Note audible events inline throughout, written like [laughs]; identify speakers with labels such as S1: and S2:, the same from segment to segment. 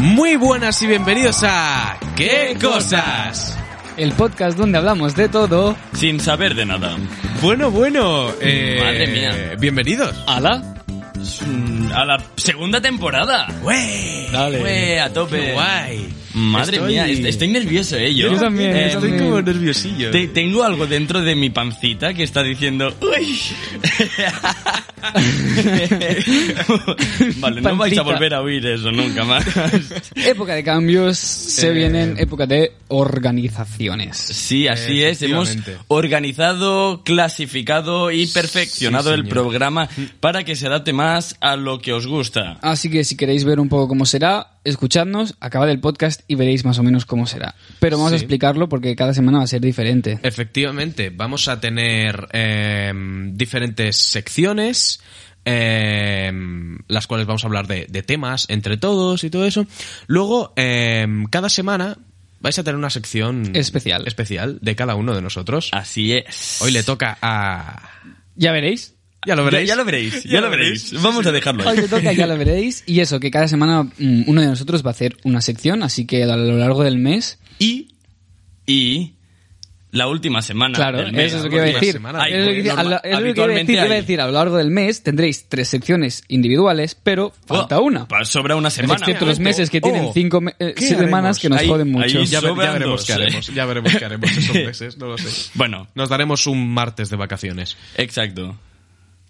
S1: Muy buenas y bienvenidos a ¿Qué cosas?
S2: El podcast donde hablamos de todo.
S3: Sin saber de nada.
S1: Bueno, bueno, eh,
S3: Madre mía.
S1: bienvenidos.
S2: ¿Ala?
S3: Mm, A la segunda temporada.
S1: Wey,
S2: Dale.
S3: Ué, a tope.
S1: qué guay.
S3: Madre
S1: Estoy-
S3: mía, est- estoy nervioso, eh, yo.
S2: Yo también, yo
S3: Eh,
S1: Estoy
S2: también.
S1: como nerviosillo.
S3: te- tengo algo dentro de mi pancita que está diciendo... "Uy". vale, no vais
S2: Pancita.
S3: a volver a oír eso nunca más.
S2: Época de cambios, se
S1: Eh.
S2: vienen época de organizaciones.
S3: Sí, así es. Hemos
S1: Efectivamente.
S3: organizado, clasificado y perfeccionado el
S1: señor.
S3: programa para que se adapte más a lo que os gusta.
S2: Así que si queréis ver un poco cómo será, escuchadnos, acabad el podcast y veréis más o menos cómo será. Pero vamos a
S1: Sí.
S2: explicarlo porque cada semana va a ser diferente.
S1: Efectivamente, vamos a tener em, diferentes secciones, em, las cuales vamos a hablar de, de temas entre todos y todo eso. Luego, em, cada semana vais a tener una sección
S2: Especial.
S1: especial Ah. de cada uno de nosotros.
S3: Así es.
S1: Hoy le toca a...
S2: Ya veréis.
S1: Ya lo
S3: Ya,
S1: veréis.
S3: ya lo veréis, ya lo veréis. Vamos a dejarlo
S2: Hoy
S3: ahí.
S2: te toca, ya lo veréis. Y eso, que cada semana mm, uno de nosotros va a hacer una sección, así que a lo largo del mes
S3: [laughs] Y, y la última semana.
S2: Claro,
S3: del mes.
S2: eso es lo que
S1: la
S2: iba a
S1: última
S2: decir.
S1: semana.
S2: Eso es lo que
S3: Ay,
S2: iba a-
S3: normal-
S2: es lo que iba a decir.
S3: habitualmente
S2: Iba a
S3: hay.
S2: decir, a lo largo del mes tendréis tres secciones individuales, pero falta
S3: Oh,
S2: una.
S3: pa- Sobra una semana.
S2: Es cierto, los meses que tienen
S1: Oh,
S2: cinco me- eh,
S1: ¿qué
S2: siete semanas
S1: haremos?
S2: que nos
S3: Ahí-
S2: joden mucho.
S3: ahí
S1: Ya, ve- ya
S3: Sobran
S1: veremos
S3: dos,
S1: qué
S3: eh.
S1: haremos, ya veremos qué haremos [laughs] esos meses, no lo sé.
S3: Bueno,
S1: Nos daremos un martes de vacaciones.
S3: exacto.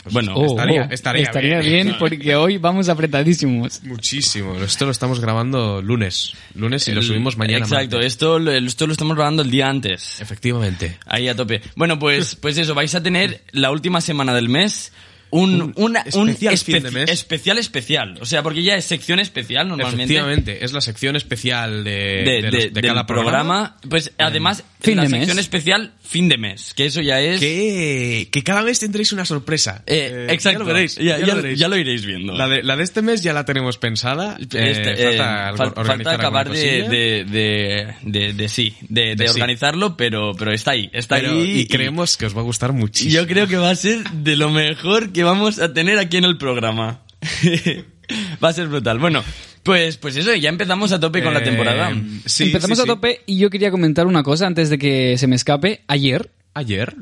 S1: Pues
S3: Bueno,
S2: Oh,
S1: estaría-
S2: oh,
S1: estaría
S2: bien. porque hoy vamos apretadísimos.
S1: Muchísimo. Esto lo estamos grabando lunes. Lunes y lo
S3: el-
S1: subimos mañana.
S3: Exacto,
S1: martes.
S3: esto, lo- esto lo estamos grabando el día antes.
S1: Efectivamente.
S3: Ahí a tope.
S1: [laughs]
S3: Bueno, pues, pues eso, vais a tener la última semana del mes un, una- un
S1: especial fin de mes.
S3: especial especial. O sea, porque ya es sección especial normalmente.
S1: Efectivamente, es la sección especial de,
S3: De,
S1: de los-
S3: de-
S1: de
S3: del
S1: cada programa.
S3: programa. Pues además,
S2: Fin
S3: la
S2: de mes.
S3: sección especial fin de mes, que eso ya es...
S1: Que, que cada vez tendréis una sorpresa.
S3: Eh,
S1: Eh,
S3: exacto.
S1: Ya lo veréis.
S3: Ya, ya-
S1: veréis.
S3: ya lo iréis viendo.
S1: La de, la de este mes ya la tenemos pensada. Eh,
S3: Este, eh,
S1: falta, algo-
S3: fal- falta
S1: organizar
S3: acabar
S1: alguna
S3: de,
S1: cosilla.
S3: de, de, de- de sí, de, de
S1: De sí.
S3: organizarlo, pero, pero está ahí, está
S1: Pero-
S3: ahí.
S1: y creemos que os va a gustar
S3: y
S1: muchísimo.
S3: yo creo que va a ser de lo mejor que vamos a tener aquí en el programa. [laughs] va a ser brutal. Bueno, pues, pues eso, ya empezamos a tope con la
S1: Eh,
S3: temporada.
S1: sí,
S2: Empezamos
S1: sí,
S2: a
S1: sí.
S2: tope y yo quería comentar una cosa antes de que se me escape. Ayer,
S1: Ayer.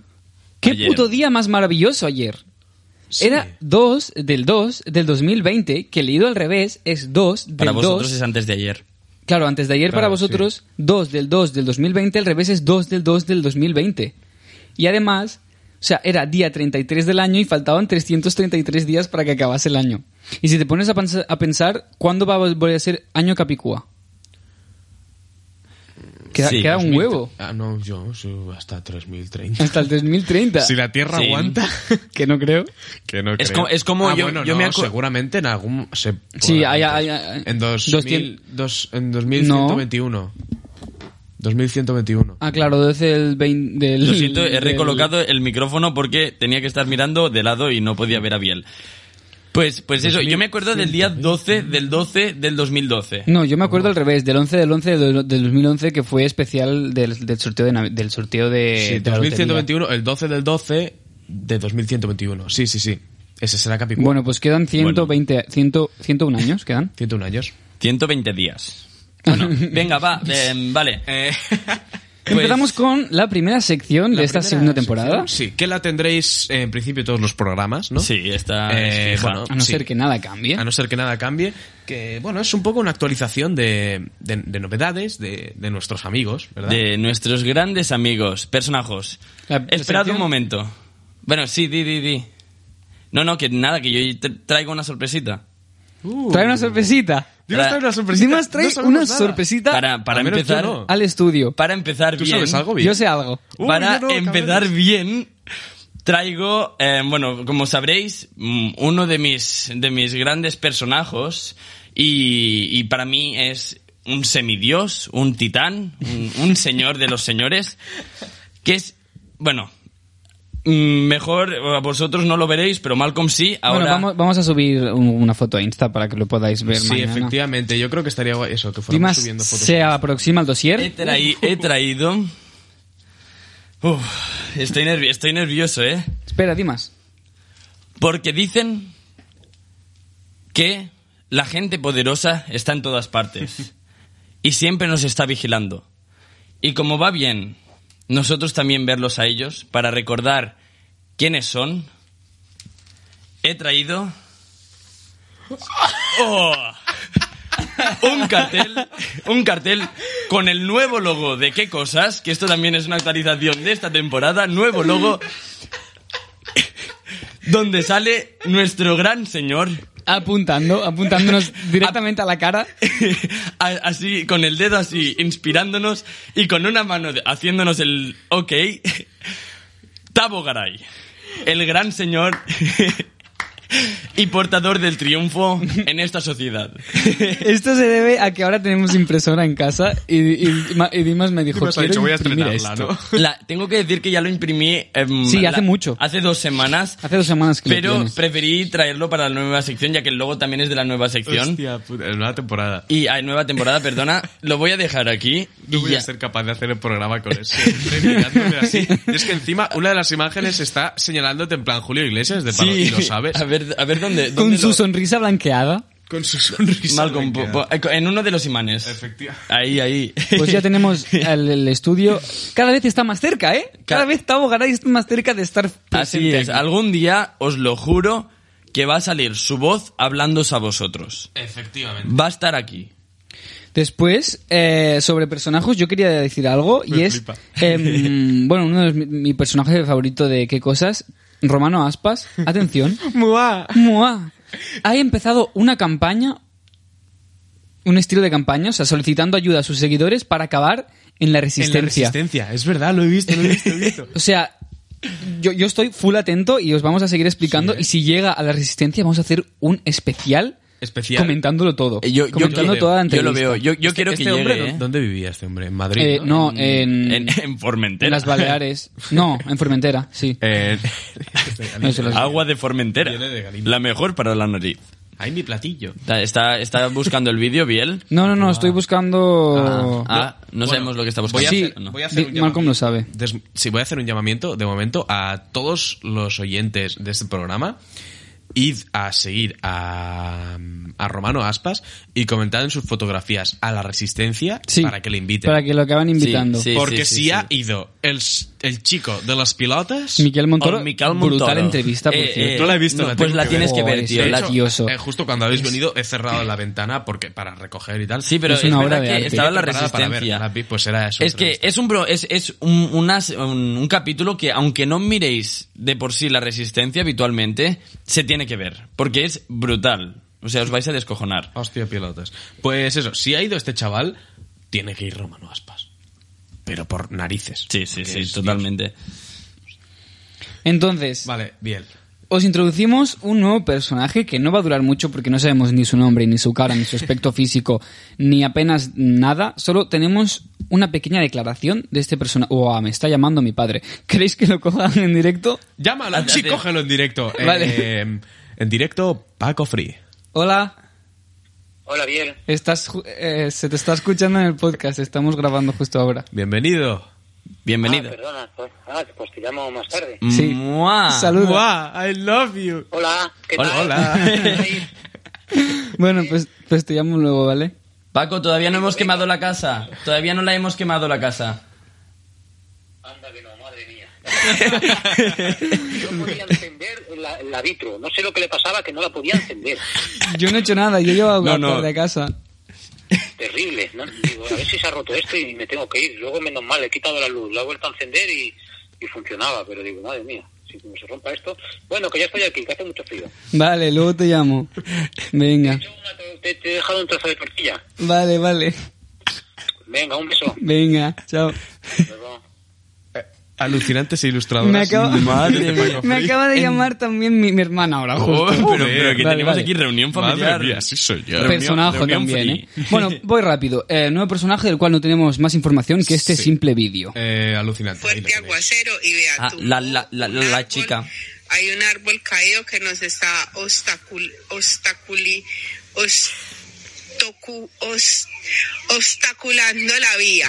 S2: qué
S3: Ayer.
S2: puto día más maravilloso ayer.
S1: Sí.
S2: Era 2 del 2 del 2020, que leído al revés es 2 del
S3: Para vosotros
S2: 2
S3: es antes de ayer.
S2: Claro, antes de ayer
S1: Claro,
S2: para vosotros, 2 del 2 del 2020, al revés es 2 del 2 del 2020. Y además, o sea, era día 33 del año y faltaban 333 días para que acabase el año. Y si te pones a, pens- a pensar, ¿cuándo va a volver a ser año Capicúa? Queda,
S3: Sí,
S2: queda un
S1: 2000.
S2: huevo.
S1: Ah, no, yo soy hasta
S2: [laughs]
S1: 3030.
S2: Hasta el
S3: [laughs]
S2: 2030.
S1: Si la Tierra
S3: Sí.
S1: aguanta,
S2: Que no creo.
S1: que no
S3: Es
S1: creo.
S3: como- es como
S1: Ah,
S3: yo-
S1: bueno,
S3: yo
S1: no,
S3: me acu-
S1: seguramente en algún... se-
S2: Sí,
S1: bueno,
S2: hay- hay- hay-
S1: en, dos,
S2: dos
S1: mil-
S2: cien-
S1: dos- en 2121. 2121.
S2: Ah, claro, 12 del 20...
S1: [laughs]
S2: Del,
S3: Lo siento, he
S2: del-
S3: recolocado el micrófono porque tenía que estar mirando de lado y no podía ver a Biel. Pues, pues eso, yo me acuerdo del día 12 del 12 del 2012.
S1: Mm.
S2: No, yo me acuerdo al revés, del 11 del 11 del del 2011 que fue especial del, del sorteo de Navi- del sorteo de,
S1: Sí,
S2: de la lotería.
S1: 2121, el 12 del 12 de 2121. Sí, sí, sí. Ese será Capicúa.
S2: Bueno, pues quedan 120, 100, 101
S1: [laughs]
S2: años, quedan.
S1: 101 años.
S3: 120 días.
S1: [laughs]
S3: Bueno, venga, va, em, vale.
S1: Eh,
S3: Pues-
S2: Empezamos con la primera sección de esta segunda temporada.
S1: Sí, que la tendréis eh, en principio todos los programas, ¿no?
S3: Sí, está
S1: Eh,
S3: fija.
S1: bueno.
S2: A no
S1: Sí. Ah,
S2: ser que nada cambie.
S1: A no ser que nada cambie, que bueno, es un poco una actualización de, de- de novedades de, de nuestros amigos, ¿verdad?
S3: de nuestros grandes amigos, personajes.
S2: La- la
S3: Esperad
S2: sección-
S3: un momento. Bueno, sí, di, di, di. No, no, que nada, que yo te traigo una sorpresita.
S1: Uh.
S2: Trae una sorpresita.
S1: Dimas trae una sorpresita.
S2: Dimas trae
S1: No sabemos
S2: una
S1: nada.
S2: sorpresita
S3: Para, para
S1: al menos
S3: empezar,
S1: yo no.
S2: al estudio.
S3: para empezar
S1: ¿Tú
S3: bien,
S1: sabes algo? bien.
S2: Yo sé algo.
S1: Uy,
S3: para
S1: yo no,
S3: empezar
S1: cabrones.
S3: bien, traigo, eh, bueno, como sabréis, mm, uno de mis, de mis grandes personajes y, y para mí es un semidios, un titán, un, un señor de los señores, que es, bueno, mm, mejor, eh, vosotros no lo veréis, pero Malcolm sí, ahora...
S2: Bueno, vamos, vamos a subir un- una foto a Insta para que lo podáis ver
S1: Sí,
S2: mañana.
S1: efectivamente. Yo creo que estaría guay eso, que fuéramos
S2: Dimas
S1: subiendo fotos. Eh.
S2: se aproxima al dossier.
S3: He, trai- he traído... Uf, estoy, nervi- estoy nervioso, ¿eh?
S2: Espera, Dimas.
S3: Porque dicen que La gente poderosa está en todas partes y siempre nos está vigilando. Y como va bien, nosotros también verlos a ellos para recordar quiénes son. He traído ¡Oh! un cartel, un cartel con el nuevo logo de qué cosas, que esto también es una actualización de esta temporada, nuevo logo donde sale nuestro gran señor [laughs]
S2: Apuntando,
S1: [laughs]
S2: apuntándonos directamente a la cara.
S3: a- así, con el dedo así, inspirándonos y con una mano de- haciéndonos el ok. [laughs] Tabo Garay, el gran señor [laughs] y portador del triunfo en esta sociedad. [laughs]
S2: Esto se debe a que ahora tenemos impresora en casa y, y, y Ma- y Dimas me dijo,
S1: Dimas ha
S2: "Quiero
S1: dicho, voy a
S2: imprimir
S1: estrenarla,
S2: esto".
S1: ¿no?
S3: La- tengo que decir que ya lo imprimí. em,
S2: Sí, hace
S3: la-
S2: mucho.
S3: Hace dos semanas.
S2: Hace dos semanas que lo
S3: Pero
S2: tienes.
S3: preferí traerlo para la nueva sección, ya que el logo también es de la nueva sección.
S1: Hostia puta, en una temporada.
S3: Y hay nueva temporada, perdona. Lo voy a dejar aquí.
S1: No
S3: y
S1: voy
S3: ya.
S1: a ser capaz de hacer el programa
S2: [laughs]
S1: con eso. Estoy mirándome así. Y es que encima una de las imágenes está señalándote en plan Julio Iglesias de palo, y lo sabes.
S3: A ver, a ver dónde.
S2: Con
S3: dónde
S2: su
S3: lo-
S2: sonrisa blanqueada,
S1: Con su sonrisa.
S3: Malcolm,
S1: blanqueada.
S3: po- po- en uno de los imanes.
S1: Efectivamente.
S3: Ahí, ahí.
S2: pues
S1: [laughs]
S2: ya
S3: [laughs]
S2: tenemos el, el estudio. Cada vez está más cerca, ¿eh? Cada
S3: Ca-
S2: vez Tavo Garay está más cerca de estar
S3: Así
S2: presente
S3: es.
S2: aquí.
S3: Algún día, os lo juro, que va a salir su voz hablándose a vosotros.
S1: Efectivamente.
S3: Va a estar aquí.
S2: Después, eh, sobre personajes, yo quería decir algo y
S1: Me
S2: es,
S1: flipa.
S2: em, bueno, uno de mis mi personaje favorito de qué cosas,
S1: [laughs]
S2: Romano Aspas, atención.
S1: ¡Mua!
S2: Mua. Ha empezado una campaña, un estilo de campaña, o sea, solicitando ayuda a sus seguidores para acabar en la
S1: En la
S2: resistencia.
S1: resistencia, es verdad, lo he visto, lo he visto, lo he visto.
S2: o sea, yo, yo estoy full atento y os vamos a seguir explicando. Y si llega a la resistencia, vamos a hacer un especial,
S1: [laughs] Especial.
S2: comentándolo todo.
S3: Eh, Yo, yo
S2: comentando
S3: quiero-
S2: toda la
S3: yo lo
S2: entrevista.
S3: veo. Yo, yo quiero que
S1: Este hombre,
S3: llegue. ¿eh?
S1: ¿Dónde vivía este hombre? ¿En Madrid?
S2: Eh, no, en,
S3: En, en Formentera.
S2: en las Baleares. No, en Formentera, sí. [laughs]
S1: Eh,
S2: Eso lo sé.
S3: Agua de Formentera.
S1: Viene de Galicia.
S3: La mejor para la nariz.
S1: Ay, mi platillo.
S3: Está, está, está buscando el vídeo, Biel.
S2: No, no, no, estoy buscando...
S3: Ah, no
S1: Bueno,
S3: sabemos lo que está
S1: voy
S3: buscando.
S1: a
S2: sí,
S1: hacer-
S3: No.
S1: voy a hacer un
S2: Di- Malcolm
S1: llamamiento.
S2: lo sabe.
S1: Des- sí, voy a hacer un llamamiento de momento a todos los oyentes de este programa. Id a seguir a, a Romano Aspas y comentad en sus fotografías a la Resistencia
S2: Sí,
S1: para que le inviten.
S2: Para que lo acaban invitando.
S3: sí.
S1: Porque
S3: sí,
S1: si
S3: sí.
S1: ha ido el, s- el chico de las pilotas.
S2: Miquel Montoro,
S3: Oh, Miquel
S2: brutal
S3: Montoro.
S2: entrevista, por
S3: Eh,
S2: cierto.
S3: eh,
S1: No la he visto,
S3: no,
S1: la
S3: pues
S1: tengo
S3: la
S1: que
S3: tienes
S1: ver.
S3: que ver,
S2: Joder,
S3: tío.
S2: de
S1: De
S3: la-
S1: hecho,
S2: Ladioso.
S1: eh, justo cuando habéis venido he cerrado la ventana porque para recoger y tal.
S3: Sí, pero
S2: Es
S3: es,
S2: una obra
S3: verdad
S2: de
S3: que
S2: arte.
S3: estaba la
S1: Preparada para ver,
S3: resistencia.
S1: la vi, pues era eso,
S3: Es que
S1: entrevista.
S3: es un pro- es, es un, unas- un- un capítulo que aunque no miréis de por sí la resistencia habitualmente, se tiene que ver, porque es brutal. O sea, os vais a descojonar.
S1: Hostia, pilotas. Pues eso, si ha ido este chaval, tiene que ir Romano Aspas. Pero por narices.
S3: Sí, sí,
S1: Porque
S3: sí,
S1: es-
S3: totalmente.
S2: Entonces,
S1: Vale, bien.
S2: os introducimos un nuevo personaje que no va a durar mucho porque no sabemos ni su nombre, ni su cara, ni su
S3: [laughs]
S2: aspecto físico, ni apenas nada. Solo tenemos una pequeña declaración de este personaje. ¡Wow! Me está llamando mi padre. [laughs] ¿Queréis que lo cojan en directo?
S1: Llámalo,
S3: Ándate.
S1: sí, cógelo en
S3: [laughs]
S1: directo. Eh,
S2: Vale.
S1: en directo, Paco Free.
S2: Hola.
S4: Hola, bien.
S2: Estás, ju- eh, se te está escuchando en el podcast. Estamos grabando justo ahora.
S1: Bienvenido.
S3: Bienvenido.
S4: Ah, perdona. Pues, ah, pues te llamo más tarde.
S2: Sí.
S3: ¡Mua!
S2: Saluda.
S1: I love you.
S4: Hola, ¿qué
S3: Hola, [laughs]
S4: tal?
S1: hola.
S2: Bueno, pues, pues te llamo luego, ¿vale?
S3: Paco, todavía no hemos quemado la casa. Todavía no la hemos quemado la casa.
S4: Anda que no, madre mía. No podía encender la, la vitro. No sé lo que le pasaba, que no la podía encender.
S2: Yo no he hecho nada. Yo he llevado
S3: No,
S2: la
S3: no.
S2: tarde a casa.
S4: Terrible. ¿no? Digo, a ver si se ha roto esto y me tengo que ir. Luego, menos mal, he quitado la luz, la he vuelto a encender y, y funcionaba. Pero digo, madre mía, si como se rompa esto... Bueno, que ya estoy aquí, que hace mucho frío.
S2: Vale, luego te
S3: [laughs]
S2: llamo. Venga.
S4: Yo una- te, te he dejado un trozo de tortilla.
S2: Vale, vale.
S4: Venga, un beso.
S2: Venga, chao.
S4: Luego.
S1: Alucinantes e ilustradoras.
S2: Me acaba, [laughs]
S3: Madre mía.
S2: me acaba de llamar también mi, mi hermana ahora, justo.
S3: Oh, pero, pero que
S2: Vale,
S3: tenemos
S2: vale.
S3: aquí reunión familiar.
S1: Pues Madre mía, sí soy yo.
S3: Pero- reunión-
S2: personaje
S3: reunión
S2: también,
S3: free.
S2: ¿eh?
S3: [laughs]
S2: Bueno, voy rápido. Eh, nuevo personaje del cual no tenemos más información que este
S1: Sí.
S2: simple vídeo.
S1: [laughs] Eh, alucinante. ahí lo
S5: fuerte
S1: tenéis.
S5: aguacero y vea
S3: Ah,
S5: tumbó
S3: la- la- la- la-
S5: un
S3: la
S5: árbol.
S3: chica.
S5: Hay un árbol caído que nos está obstacul, obstaculi, os- obtocu- os- obstaculando la vía.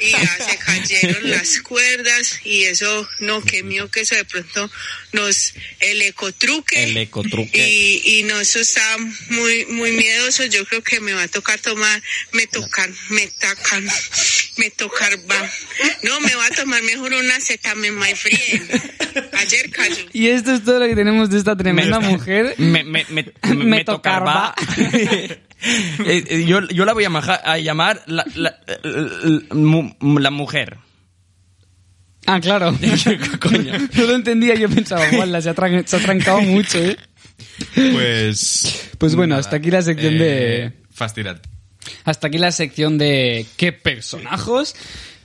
S5: Y ya
S3: [laughs]
S5: se cayeron las cuerdas y eso, no, que mío, que eso de pronto nos, el ecotruque.
S3: El ecotruque.
S5: Y, y no, eso está muy, muy miedoso. Yo creo que me va a tocar tomar, me tocar, me tacan, me tocar va. No, me va a tomar mejor una cetame, my friend. Ayer cayó.
S2: Y esto es todo lo que tenemos de esta tremenda mujer.
S3: [laughs] Me, me, me,
S2: [laughs]
S3: me,
S2: Me
S3: tocar
S2: tocarba.
S3: va. [laughs] Eh, eh, yo, yo la voy a, maja- a llamar la, la, la- mu- la mujer. [laughs]
S2: Ah, claro.
S3: Coño.
S2: [laughs] No lo entendía, yo pensaba, guala, se ha, tran- se ha trancado mucho, ¿eh?
S1: Pues. Eh,
S2: Pues bueno, hasta aquí la sección de-
S1: Fascinante.
S2: Hasta aquí la sección de qué personajos.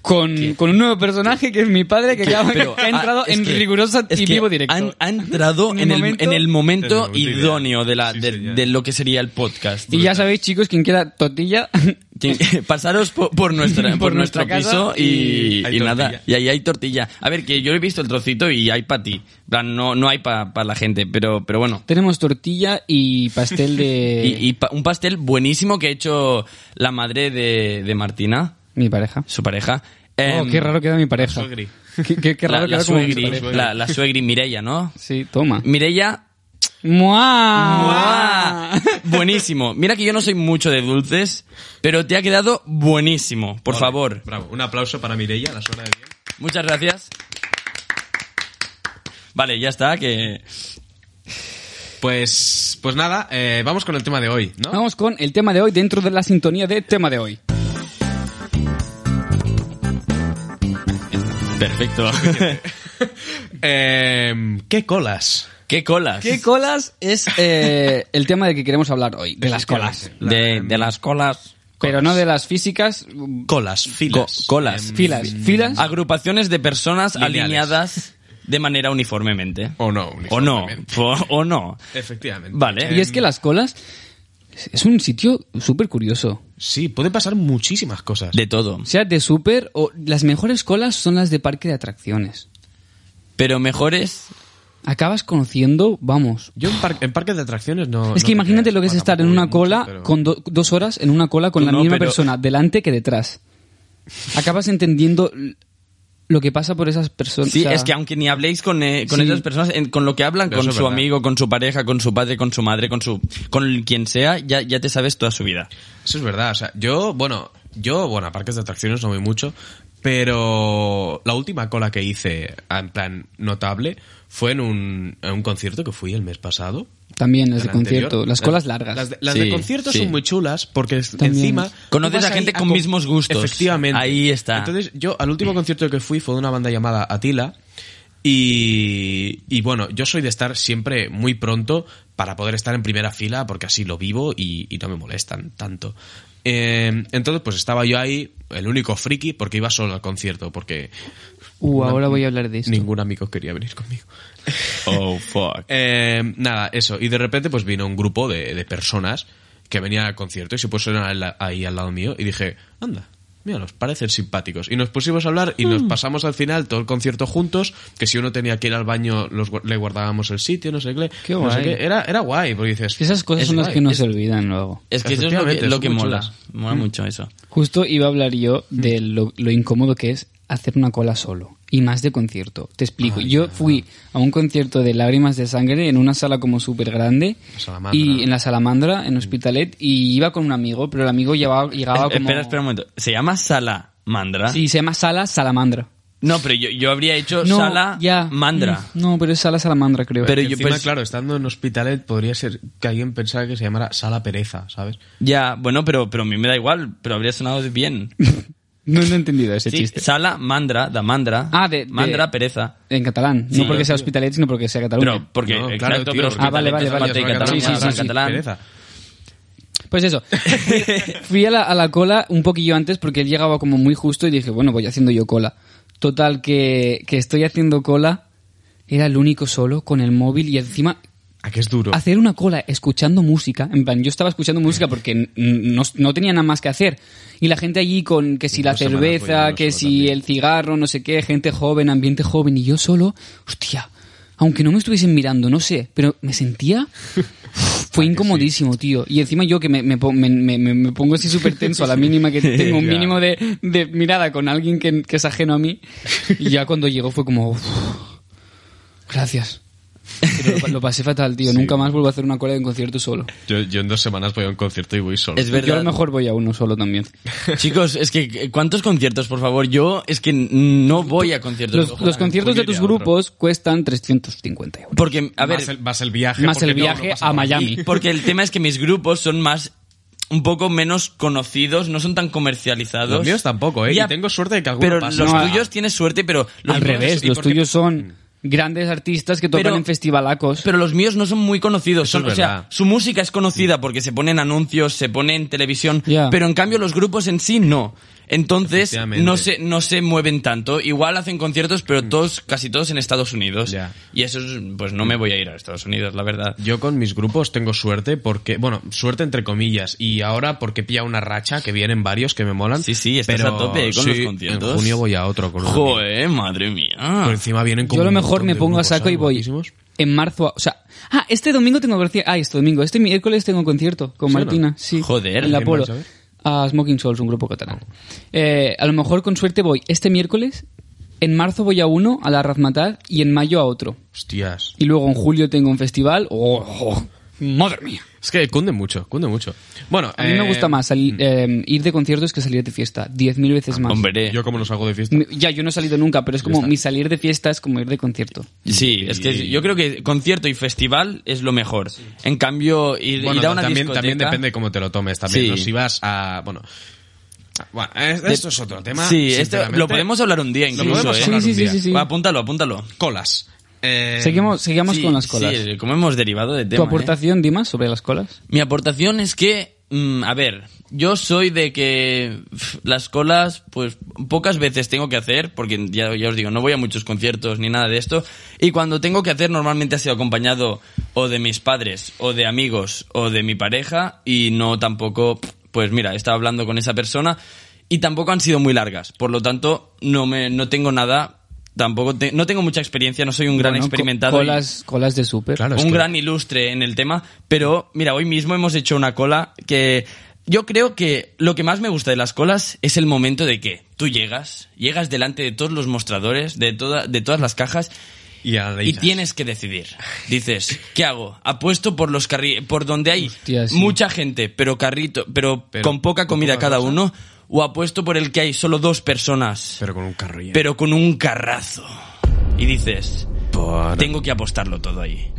S2: Con, con un nuevo personaje que es mi padre que, acaba-
S3: Pero,
S2: que ha entrado
S3: ah, es
S2: en
S3: que-
S2: riguroso
S3: es
S2: y
S3: que
S2: vivo directo.
S3: Han, ha entrado
S2: En el
S3: en, el,
S2: momento-
S3: en el
S1: En el
S3: momento
S1: momento ideal.
S3: idóneo de, la,
S1: Sí,
S3: de,
S1: señor.
S3: de lo que sería el podcast.
S2: y ya sabéis, chicos, quien quiera tortilla, [laughs]
S3: Que- [laughs] Pasaros po- por, nuestra,
S2: Por
S3: por,
S2: nuestra
S3: nuestro
S2: casa
S3: piso y,
S1: Hay
S3: y
S1: tortilla.
S3: nada. Y ahí hay tortilla. A ver, que yo he visto el trocito y hay para ti. En plan, No, no hay para la gente, pero, pero bueno.
S2: tenemos tortilla y pastel de
S3: [laughs] Y, y pa- un pastel buenísimo que ha hecho la madre de, de Martina,
S2: mi pareja.
S3: su pareja.
S2: Oh,
S3: Em,
S2: qué raro queda mi pareja.
S1: suegri.
S2: Qué, qué- qué raro
S3: [laughs] la, la
S2: queda como mi
S3: suegri,
S2: pareja.
S3: la, la suegri Mireia, ¿no?
S2: Sí, toma.
S3: Mireia
S2: ¡Mua! Ah.
S3: ¡Mua! Buenísimo. Mira que yo no soy mucho de dulces, pero te ha quedado buenísimo. Por
S1: Ole,
S3: favor.
S1: Bravo. Un aplauso para Mireia, la suena de bien.
S3: Muchas gracias. Vale, ya está, que...
S1: Pues, pues nada, eh, vamos con el tema de hoy, ¿no?
S2: [laughs] Vamos con el tema de hoy dentro de la sintonía de tema de hoy.
S3: Perfecto.
S1: [laughs] Eh, ¿Qué colas?
S3: ¿Qué colas?
S2: ¿Qué colas es eh, el tema del que queremos hablar hoy? De las colas.
S1: Efectivamente.
S3: de, de las colas.
S2: Pero no de las físicas,
S1: Colas, filas.
S3: Co- colas.
S1: Em,
S2: filas. Filas.
S3: Agrupaciones de personas
S1: Lineales.
S3: alineadas de manera uniformemente.
S1: O no.
S3: O no.
S1: uniformemente.
S3: O, [laughs] o no.
S1: Efectivamente.
S3: Vale.
S2: Y
S1: em.
S2: es que las colas es un sitio súper curioso.
S1: Sí, pueden pasar muchísimas cosas.
S3: De todo.
S2: Sea de súper o las mejores colas son las de parque de atracciones.
S3: Pero mejores...
S2: Acabas conociendo, vamos.
S1: Yo en, par- en parques de atracciones no...
S2: Es que
S1: no
S2: imagínate
S1: creo,
S2: lo que es
S1: bueno,
S2: estar
S1: tampoco
S2: en una
S1: mucho,
S2: cola
S1: pero-
S2: con do- dos horas en una cola con
S3: Tú
S2: la
S3: no,
S2: misma
S3: pero-
S2: persona, delante que detrás. Acabas entendiendo l- lo que pasa por esas personas.
S3: Sí,
S2: o sea,
S3: es que aunque ni habléis con, eh, con
S2: Sí.
S3: esas personas, en- con lo que hablan,
S1: Pero
S3: con
S1: eso es
S3: su
S1: verdad.
S3: amigo, con su pareja, con su padre, con su madre, con su con quien sea, ya, ya te sabes toda
S1: [laughs]
S3: su vida.
S1: Eso es verdad, o sea, yo, bueno, yo, bueno, a parques de atracciones no voy mucho, pero la última cola que hice, en plan notable, fue en un, en un concierto que fui el mes pasado.
S2: También las de
S1: el anterior.
S2: concierto, las colas largas.
S1: Las de, las
S3: Sí,
S1: de conciertos
S3: sí.
S1: son muy chulas porque es-
S2: También.
S1: encima...
S3: Conoces
S1: tú
S3: a
S1: vas
S3: gente
S1: ahí
S3: con
S1: co-
S3: mismos gustos.
S1: Efectivamente.
S3: Ahí está.
S1: Entonces, yo al último concierto que fui fue de una banda llamada Atila y, y bueno, yo soy de estar siempre muy pronto para poder estar en primera fila porque así lo vivo y, y no me molestan tanto. Eh, entonces, pues estaba yo ahí, el único friki, porque iba solo al concierto, porque
S2: Uh, ahora voy a hablar de esto.
S1: ningún amigo quería venir conmigo.
S3: Oh, fuck.
S1: Eh, nada, eso. Y de repente, pues vino un grupo de, de personas que venían al concierto y se pusieron al- ahí al lado mío y dije, anda, mira, nos parecen simpáticos. Y nos pusimos a hablar y
S2: Hmm.
S1: nos pasamos al final todo el concierto juntos, que si uno tenía que ir al baño los gu- le guardábamos el sitio, no sé qué.
S2: Qué
S1: no sé
S2: guay.
S1: qué. Era, era guay, porque dices...
S2: Que Esas cosas
S1: es
S2: son las
S1: guay.
S2: que no
S1: Es-
S2: se olvidan luego.
S3: Es que eso es lo
S1: Efectivamente,
S3: que, lo
S1: son
S3: que
S1: muy
S3: mola.
S1: chulas.
S2: Mm.
S3: Mola mucho eso.
S2: Justo iba a hablar yo
S1: Mm.
S2: de lo, lo incómodo que es hacer una cola solo. Y más de concierto. Te explico.
S1: Ay,
S2: yo
S1: ya.
S2: fui a un concierto de Lágrimas de Sangre en una sala como súper grande.
S1: La Salamandra.
S2: Y en la Salamandra, en Hospitalet. Y iba con un amigo, pero el amigo llevaba, llegaba
S3: Es-
S2: como...
S3: Espera, espera un momento. ¿Se llama sala mandra?
S2: Sí, se llama Sala Salamandra.
S3: No, pero yo, yo habría hecho
S2: No,
S3: sala
S2: ya.
S3: mandra.
S2: Mm, No, pero es Sala Salamandra, creo.
S3: Pero
S1: que
S3: yo
S1: encima,
S3: pens-
S1: claro, estando en Hospitalet podría ser que alguien pensara que se llamara Sala Pereza, ¿sabes?
S3: Ya, bueno, pero, pero a mí me da igual, pero habría sonado bien.
S2: No, no he entendido ese
S3: Sí,
S2: chiste.
S3: sala mandra, da mandra.
S2: Ah, de- de-
S3: mandra, pereza.
S2: En catalán. no porque sea Hospitalet, sino porque sea Cataluña.
S3: Pero porque,
S1: No,
S3: exacto,
S1: claro, tío,
S3: pero
S1: porque- eh,
S2: Ah, vale,
S3: Hospitalet
S2: vale,
S3: es
S2: vale.
S3: parte de
S2: Sí,
S3: Cataluña,
S2: sí, sí,
S3: hablan
S2: sí.
S3: catalán.
S1: Pereza.
S2: Pues eso, fui a la, a la cola un poquillo antes porque él llegaba como muy justo y dije, bueno, voy haciendo yo cola. Total, que, que estoy haciendo cola, era el único solo con el móvil y encima
S1: ¿A que es duro?
S2: hacer una cola escuchando música, en plan, yo estaba escuchando música porque n- no, no tenía nada más que hacer. Y la gente allí con que si la
S1: Dos semanas
S2: cerveza,
S1: voy
S2: que
S1: solo
S2: si
S1: también.
S2: el cigarro, no sé qué, gente joven, ambiente joven, y
S1: [laughs]
S2: yo solo, hostia, aunque no me estuviesen mirando, no sé, pero me sentía Fue
S1: ¿A que
S2: incomodísimo, tío. Y encima yo que me, me pon- me- me- me- me pongo así súper tenso
S1: [laughs]
S2: a la mínima que tengo un
S1: Ya.
S2: mínimo de, de mirada con alguien que, que es ajeno a mí. Y ya cuando llegó fue como... "Uf, gracias. Pero lo, lo pasé fatal, tío.
S1: Sí.
S2: Nunca más vuelvo a hacer una cola de un concierto solo.
S1: Yo, yo en dos semanas voy a un concierto y voy solo.
S3: Es
S2: Yo a
S3: verdad.
S2: lo mejor voy a uno solo también.
S3: [laughs] Chicos, es que eh, ¿cuántos conciertos, por favor? Yo es que no voy a conciertos.
S2: Los, los conciertos de
S1: yo iría
S2: tus
S1: a otro.
S2: grupos cuestan 350 euros.
S3: Porque, a ver,
S1: más, el, más el viaje.
S2: más
S1: porque
S2: el
S1: todo lo
S2: viaje
S1: pasa
S2: a
S1: por
S2: Miami. [laughs]
S3: Y porque el tema es que mis grupos son más un poco menos conocidos, no son tan comercializados.
S1: Los míos tampoco, ¿eh?
S3: Ya,
S1: Y tengo suerte de que alguno
S3: Pero
S1: pasa.
S3: los
S1: No,
S3: tuyos tienes suerte, pero los
S2: Al
S3: míos-
S2: revés,
S1: ¿y Mm.
S2: los
S1: por qué?
S2: tuyos son grandes artistas que tocan
S3: Pero-
S2: en festivalacos.
S3: Pero los míos no son muy conocidos.
S1: Eso
S3: son-
S1: es
S3: o sea,
S1: verdad.
S3: su música es conocida porque se pone en anuncios, se pone en televisión,
S2: Ya.
S3: pero en cambio los grupos en sí no. Entonces
S1: Efectivamente. Mm.
S3: no se, no se mueven tanto. Igual hacen conciertos, pero todos, casi todos en Estados Unidos.
S1: Ya.
S3: Y eso es- pues no me voy a ir a Estados Unidos, la verdad.
S1: Yo con mis grupos tengo suerte porque, bueno, suerte entre comillas, y ahora porque pilla una racha que vienen varios que me molan.
S3: Sí, sí, estás
S1: pero
S3: a tope con los
S1: sí,
S3: conciertos.
S1: En junio voy a otro con un amigo.
S3: Joder, madre mía.
S1: Por encima vienen como
S2: Yo a lo
S1: un
S2: mejor
S1: montón
S2: me
S1: de
S2: pongo a
S1: grupos,
S2: saco y
S1: ¿sabes?
S2: voy
S1: Guapísimos.
S2: en marzo. a- o sea, ah, este domingo tengo concierto. Ah, este domingo. Este miércoles tengo concierto con
S1: ¿Sí o no?
S2: Martina. Sí.
S3: Joder,
S2: en la
S1: ¿quién
S2: Polo.
S1: vas a ver?
S2: A Smoking Souls, un grupo catalán. Eh, a lo mejor con suerte voy este miércoles. En marzo voy a uno, a la Razmataz, y en mayo a otro.
S1: Hostias.
S2: Y luego en julio tengo un festival. Oh, oh, madre mía.
S1: Es que cunde mucho, cunde mucho. Bueno,
S2: A mí me
S1: eh,
S2: gusta más sali- eh, ir de conciertos que salir de fiesta. Diez mil veces más.
S3: Hombre.
S1: Yo como no salgo de fiesta.
S2: Mi- Ya, yo no he salido nunca, pero es como mi salir de fiesta es como ir de concierto.
S3: Sí, es que yo creo que concierto y festival es lo mejor. En cambio, ir,
S1: Bueno,
S3: ir a una
S1: también,
S3: discoteca...
S1: también depende de cómo te lo tomes también.
S3: Sí.
S1: ¿no? Si vas a... Bueno, Ah, bueno es- esto es otro tema.
S3: Sí, esto
S1: sinceramente.
S3: lo podemos hablar un día incluso,
S1: podemos
S3: ¿eh?
S1: hablar un
S2: Sí, sí, sí,
S1: día.
S2: sí, sí.
S3: Va, apúntalo, apúntalo.
S1: Colas. Eh,
S2: Seguimos, seguimos
S3: Sí,
S2: con las colas.
S3: Sí, como hemos derivado de
S2: ¿Tu
S3: tema. ¿eh?
S2: aportación, Dimas, sobre las colas?
S3: Mi aportación es que, mm, a ver, yo soy de que pf, las colas, pues pocas veces tengo que hacer, porque ya, ya os digo, no voy a muchos conciertos ni nada de esto, y cuando tengo que hacer normalmente ha sido acompañado o de mis padres, o de amigos, o de mi pareja, y no tampoco, pf, pues mira, estaba hablando con esa persona, y tampoco han sido muy largas, por lo tanto, no, me, no tengo nada... Tampoco te- no tengo mucha experiencia, no soy un gran
S2: Bueno, co-
S3: experimentado. y-
S2: Colas, colas de súper.
S1: Claro, Ah, es
S3: un
S1: que-
S3: gran ilustre en el tema, pero mira, hoy mismo hemos hecho una cola que yo creo que lo que más me gusta de las colas es el momento de que tú llegas, llegas delante de todos los mostradores, de, toda, de todas las cajas
S1: Y, a la
S3: y
S1: isla.
S3: tienes que decidir. Dices, ¿qué hago? Apuesto por los carri- por donde hay
S2: Hostia, sí.
S3: mucha gente, pero carrito, pero,
S1: Pero
S3: con poca
S1: con
S3: comida
S1: poca
S3: cada
S1: cosa.
S3: uno, o apuesto por el que hay solo dos personas, pero,
S1: Pero con un carrillo.
S3: con un carrazo. Y dices,
S1: Bueno. [laughs]
S3: tengo que apostarlo todo ahí.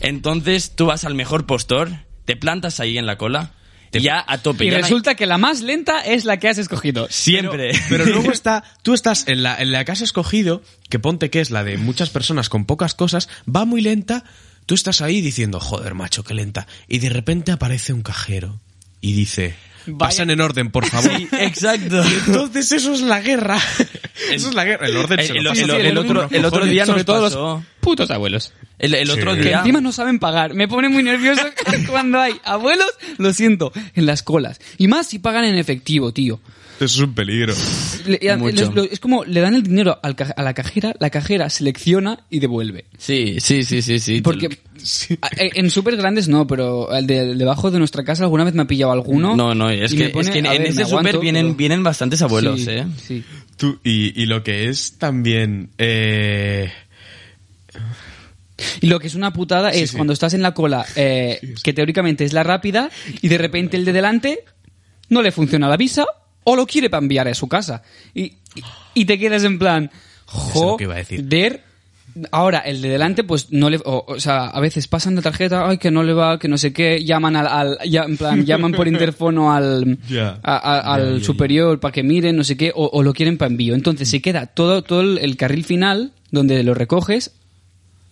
S3: Entonces tú vas al mejor postor, te plantas ahí en la cola, ya a tope.
S2: Y
S3: ya no hay-
S2: resulta que la más lenta es la que has escogido.
S3: siempre.
S1: Pero
S3: [laughs]
S1: luego está, tú estás en la, en la que has escogido, que ponte que es la de muchas personas con pocas cosas, va muy lenta, tú estás ahí diciendo, joder, macho, qué lenta. Y de repente aparece un cajero y dice,
S2: Vaya-
S1: pasan en orden, por favor.
S3: Sí, exacto.
S1: Entonces eso es la guerra.
S3: [laughs]
S1: Eso es la guerra. El orden se
S3: El-
S1: lo
S3: el-
S1: pasa
S3: el-
S1: todo
S3: el
S1: mundo
S3: otro-
S1: por
S3: el
S1: los
S3: otro
S1: cojones.
S3: día
S1: Sobre
S3: nos
S1: todo los-
S3: pasó.
S2: Putos abuelos.
S3: El, el otro
S1: Sí.
S2: Que
S3: día.
S2: encima no saben pagar. Me pone muy
S3: [laughs]
S2: nervioso [laughs] cuando hay abuelos, lo siento, en las colas. Y más si pagan en efectivo, tío.
S1: Eso es un peligro.
S2: Le- y a-
S3: Mucho.
S2: les- lo- es como le dan el dinero al ca- a la cajera, la cajera selecciona y devuelve.
S3: Sí, sí, sí, sí, [laughs] sí.
S2: Porque a- eh, en súper grandes no, pero el de- el debajo de nuestra casa alguna vez me ha pillado alguno.
S3: No, no, es
S2: y
S3: que,
S2: me pone,
S3: es que en
S2: a ver, me
S3: ese
S2: aguanto,
S3: súper vienen,
S2: pero-
S3: vienen bastantes abuelos,
S2: Sí,
S3: ¿eh?
S2: sí.
S1: Tú, y, y lo que es también... eh,
S2: Y lo que es una putada es cuando estás en la cola, eh, que teóricamente es la rápida, y de repente el de delante no le funciona la visa o lo quiere para enviar a su casa. Y, y- y te quedas en plan,
S1: sé lo que iba a decir.
S2: joder. Ahora, el de delante, pues no le. O, o sea, a veces pasan la tarjeta, ay, que no le va, que no sé qué, llaman al. al- ya- en plan,
S1: [laughs]
S2: llaman por interfono al.
S1: Ya.
S2: a- a- al
S1: Ya, ya, ya.
S2: superior para que miren, no sé qué, o, o lo quieren para envío. Entonces se queda todo, todo el- el carril final, donde lo recoges,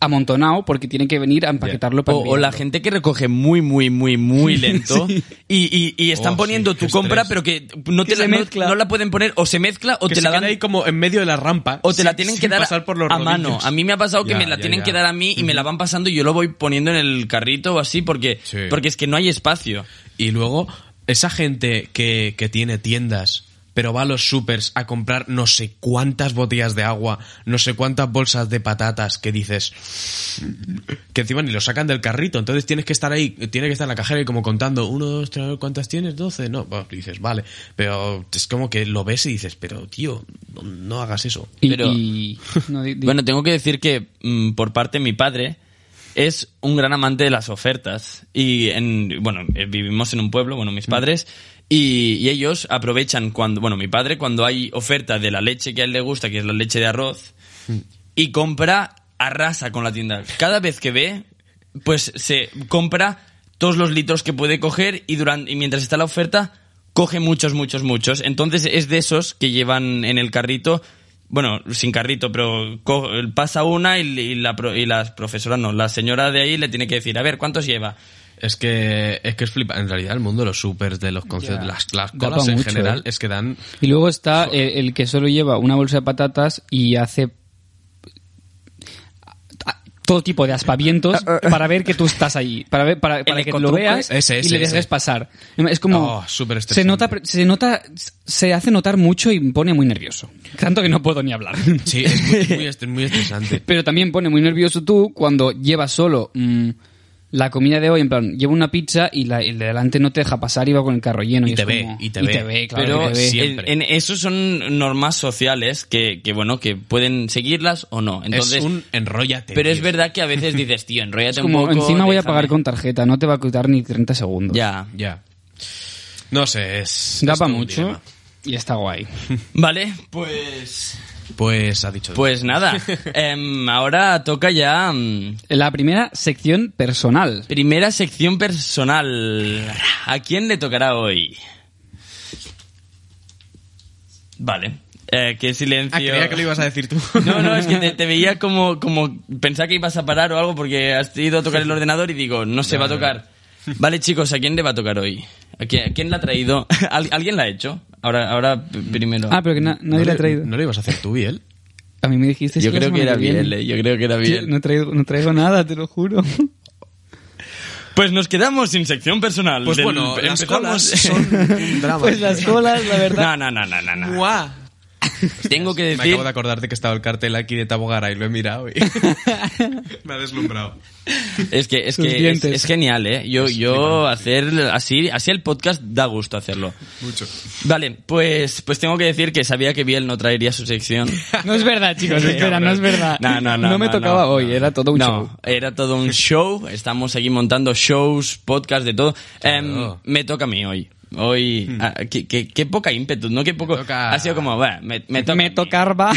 S2: amontonado porque tienen que venir a empaquetarlo para
S3: O, o la
S2: enviarlo.
S3: gente que recoge muy, muy,
S2: [laughs]
S3: muy, muy lento y, y- y están
S1: Oh,
S3: poniendo
S1: sí,
S3: tu
S1: qué
S3: compra,
S1: estrés.
S3: pero que no
S2: Que
S3: te la,
S2: se
S3: no-
S2: mezcla.
S3: no la pueden poner o se mezcla o
S1: que
S3: te
S1: se
S3: la dan
S1: queda ahí como en medio de la rampa.
S3: o te la
S1: sin-
S3: tienen que
S1: sin
S3: dar
S1: pasar por los
S3: a mano.
S1: rodillos.
S3: A mí me ha pasado que
S1: Ya,
S3: me la
S1: ya,
S3: tienen
S1: ya.
S3: que dar a mí y me la van pasando y yo lo voy poniendo en el carrito o así porque,
S1: Sí.
S3: porque es que no hay espacio.
S1: Y luego, esa gente que, que tiene tiendas, pero va a los supers a comprar no sé cuántas botellas de agua, no sé cuántas bolsas de patatas que dices que encima ni lo sacan del carrito, entonces tienes que estar ahí, tiene que estar la cajera y como contando, uno, dos, tres, ¿cuántas tienes? Doce, no, bueno, dices, vale, pero es como que lo ves y dices, pero tío, no, no hagas eso.
S2: Y,
S3: Pero-
S2: y- no, di- di-
S3: Bueno, tengo que decir que mm, por parte de mi padre es un gran amante de las ofertas. Y en, bueno, eh, vivimos en un pueblo, bueno,
S1: Mm.
S3: mis padres, y, y ellos aprovechan cuando, bueno, mi padre cuando hay oferta de la leche que a él le gusta, que es la leche de arroz, y compra, arrasa con la tienda. Cada vez que ve, pues se compra todos los litros que puede coger y, durante, y mientras está la oferta, coge muchos, muchos, muchos. Entonces es de esos que llevan en el carrito, bueno, sin carrito, pero co- pasa una y, y la, pro- y la profesora, no, la señora de ahí le tiene que decir, a ver, ¿cuántos lleva?
S1: Es que es que es flipa. En realidad el mundo de los supers, de los conciertos,
S2: Ya.
S1: las, las
S2: Da
S1: colas
S2: pa'
S1: en
S2: mucho,
S1: general,
S2: eh.
S1: es que dan
S2: Y luego está el, el que solo lleva una bolsa de patatas y hace todo tipo de aspavientos para ver que tú estás allí, para ver para, para que lo
S3: ecotruco.
S2: veas
S1: Ese,
S2: y
S1: ese,
S2: le dejes
S1: ese.
S2: pasar. Es como
S1: Oh, súper
S2: se
S1: estresante.
S2: nota pre- se nota se hace notar mucho y me pone muy nervioso, tanto que no puedo ni hablar.
S1: Sí, es muy, muy, estres- muy
S2: [laughs]
S1: estresante.
S2: Pero también pone muy nervioso tú cuando llevas solo mm, la comida de hoy, en plan, llevo una pizza y la, el de delante no te deja pasar y va con el carro lleno.
S1: Y
S2: es
S1: te ve,
S2: como-
S1: y te ve.
S2: claro
S3: pero
S2: que te ve.
S1: sí,
S3: en,
S1: siempre.
S3: en- esos son normas sociales que, que, bueno, que pueden seguirlas o no. Entonces,
S1: es un enrollate.
S3: pero es
S1: tío.
S3: verdad que a veces
S2: [laughs]
S3: dices, tío, enrollate
S2: Es como,
S3: un poco.
S2: encima voy a
S3: déjame".
S2: pagar con tarjeta, no te va a quitar ni 30 segundos.
S3: Ya.
S1: Ya. No sé, es.
S2: Da
S1: es
S2: pa'
S1: todo un
S2: mucho
S1: dilema.
S2: y está guay.
S3: Vale, pues.
S1: Pues ha dicho. [laughs]
S3: Pues nada. em, ahora toca ya. mm,
S2: La primera sección personal.
S3: primera sección personal. ¿A quién le tocará hoy? Vale. Eh, qué silencio.
S1: Ah, creía que lo ibas a decir tú.
S3: No, no, es que
S1: [laughs]
S3: te, te veía como, como pensaba que ibas a parar o algo porque has ido a tocar el ordenador y digo, no se va a tocar. Vale, chicos, ¿a quién le va a tocar hoy? ¿A quién, a quién la ha traído? [laughs] ¿Al- ¿Alguien la ha hecho? Ahora, ahora p- primero.
S2: Ah, pero que na-
S1: ¿No
S2: [laughs] nadie
S1: le-
S2: la ha traído.
S1: ¿No lo ibas a hacer tú, Biel?
S2: A mí me dijiste
S3: yo
S2: la
S3: creo que
S2: semana
S3: era
S2: viene.
S3: bien, yo creo que era
S2: Tío,
S3: bien. Ah,
S2: No traigo, no traigo nada, te lo juro.
S3: Pues nos quedamos sin sección personal.
S1: Pues
S3: del-
S1: bueno, las
S3: empezamos-
S1: colas [laughs]
S2: [laughs]
S1: son un drama.
S2: pues las colas, la
S3: [laughs]
S2: verdad.
S3: No, no, no, no, no, no.
S1: ¡Guau!
S3: Tengo que
S1: Me acabo de
S3: decir...
S1: acordar de que estaba el cartel aquí de Tabogara y lo he
S2: [laughs]
S1: mirado y. Me ha deslumbrado.
S3: Es que, es,
S2: Sus
S3: que es,
S2: dientes.
S3: es genial, ¿eh? Yo, yo hacer así, así el podcast da gusto hacerlo.
S1: Mucho.
S3: Vale, pues, pues tengo que decir que sabía que Biel no traería su sección.
S2: [laughs] No, es verdad,
S3: [laughs]
S2: chicos, espera, no es verdad.
S3: No, no, no.
S2: me tocaba
S3: no,
S2: hoy,
S3: no.
S2: era todo un
S3: No,
S2: show.
S3: era todo un show. Estamos aquí montando shows, podcast, de todo.
S1: Claro. Hmm.
S3: Em, me toca a mí hoy. Hoy, ah, qué, qué- qué poca ímpetu, ¿no? Qué poco.
S1: toca-
S3: Ha sido como, bueno, me, me toca. a
S2: Me [laughs]
S3: mí.
S2: tocarba.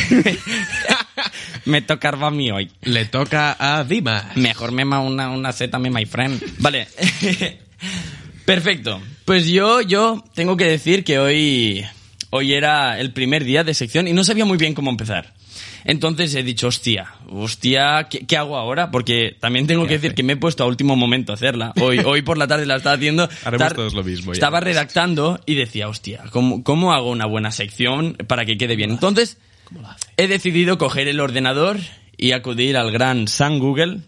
S3: me tocarba a mí hoy.
S1: Le toca a Dimas.
S3: Mejor mema una, una Z, me my friend. Vale. Perfecto. Pues yo, yo tengo que decir que hoy, hoy era el primer día de sección y no sabía muy bien cómo empezar. Entonces he dicho, hostia, hostia, ¿qué, qué hago ahora? Porque también tengo que decir que me he puesto a último momento a hacerla.
S1: [laughs]
S3: Hoy, hoy por la tarde la estaba haciendo.
S1: Haremos
S3: Tar-
S1: todos lo mismo, ya
S3: Estaba
S1: verás.
S3: redactando y decía, hostia, ¿cómo, cómo hago una buena sección para que quede bien? Entonces, he decidido coger el ordenador y acudir al gran San Google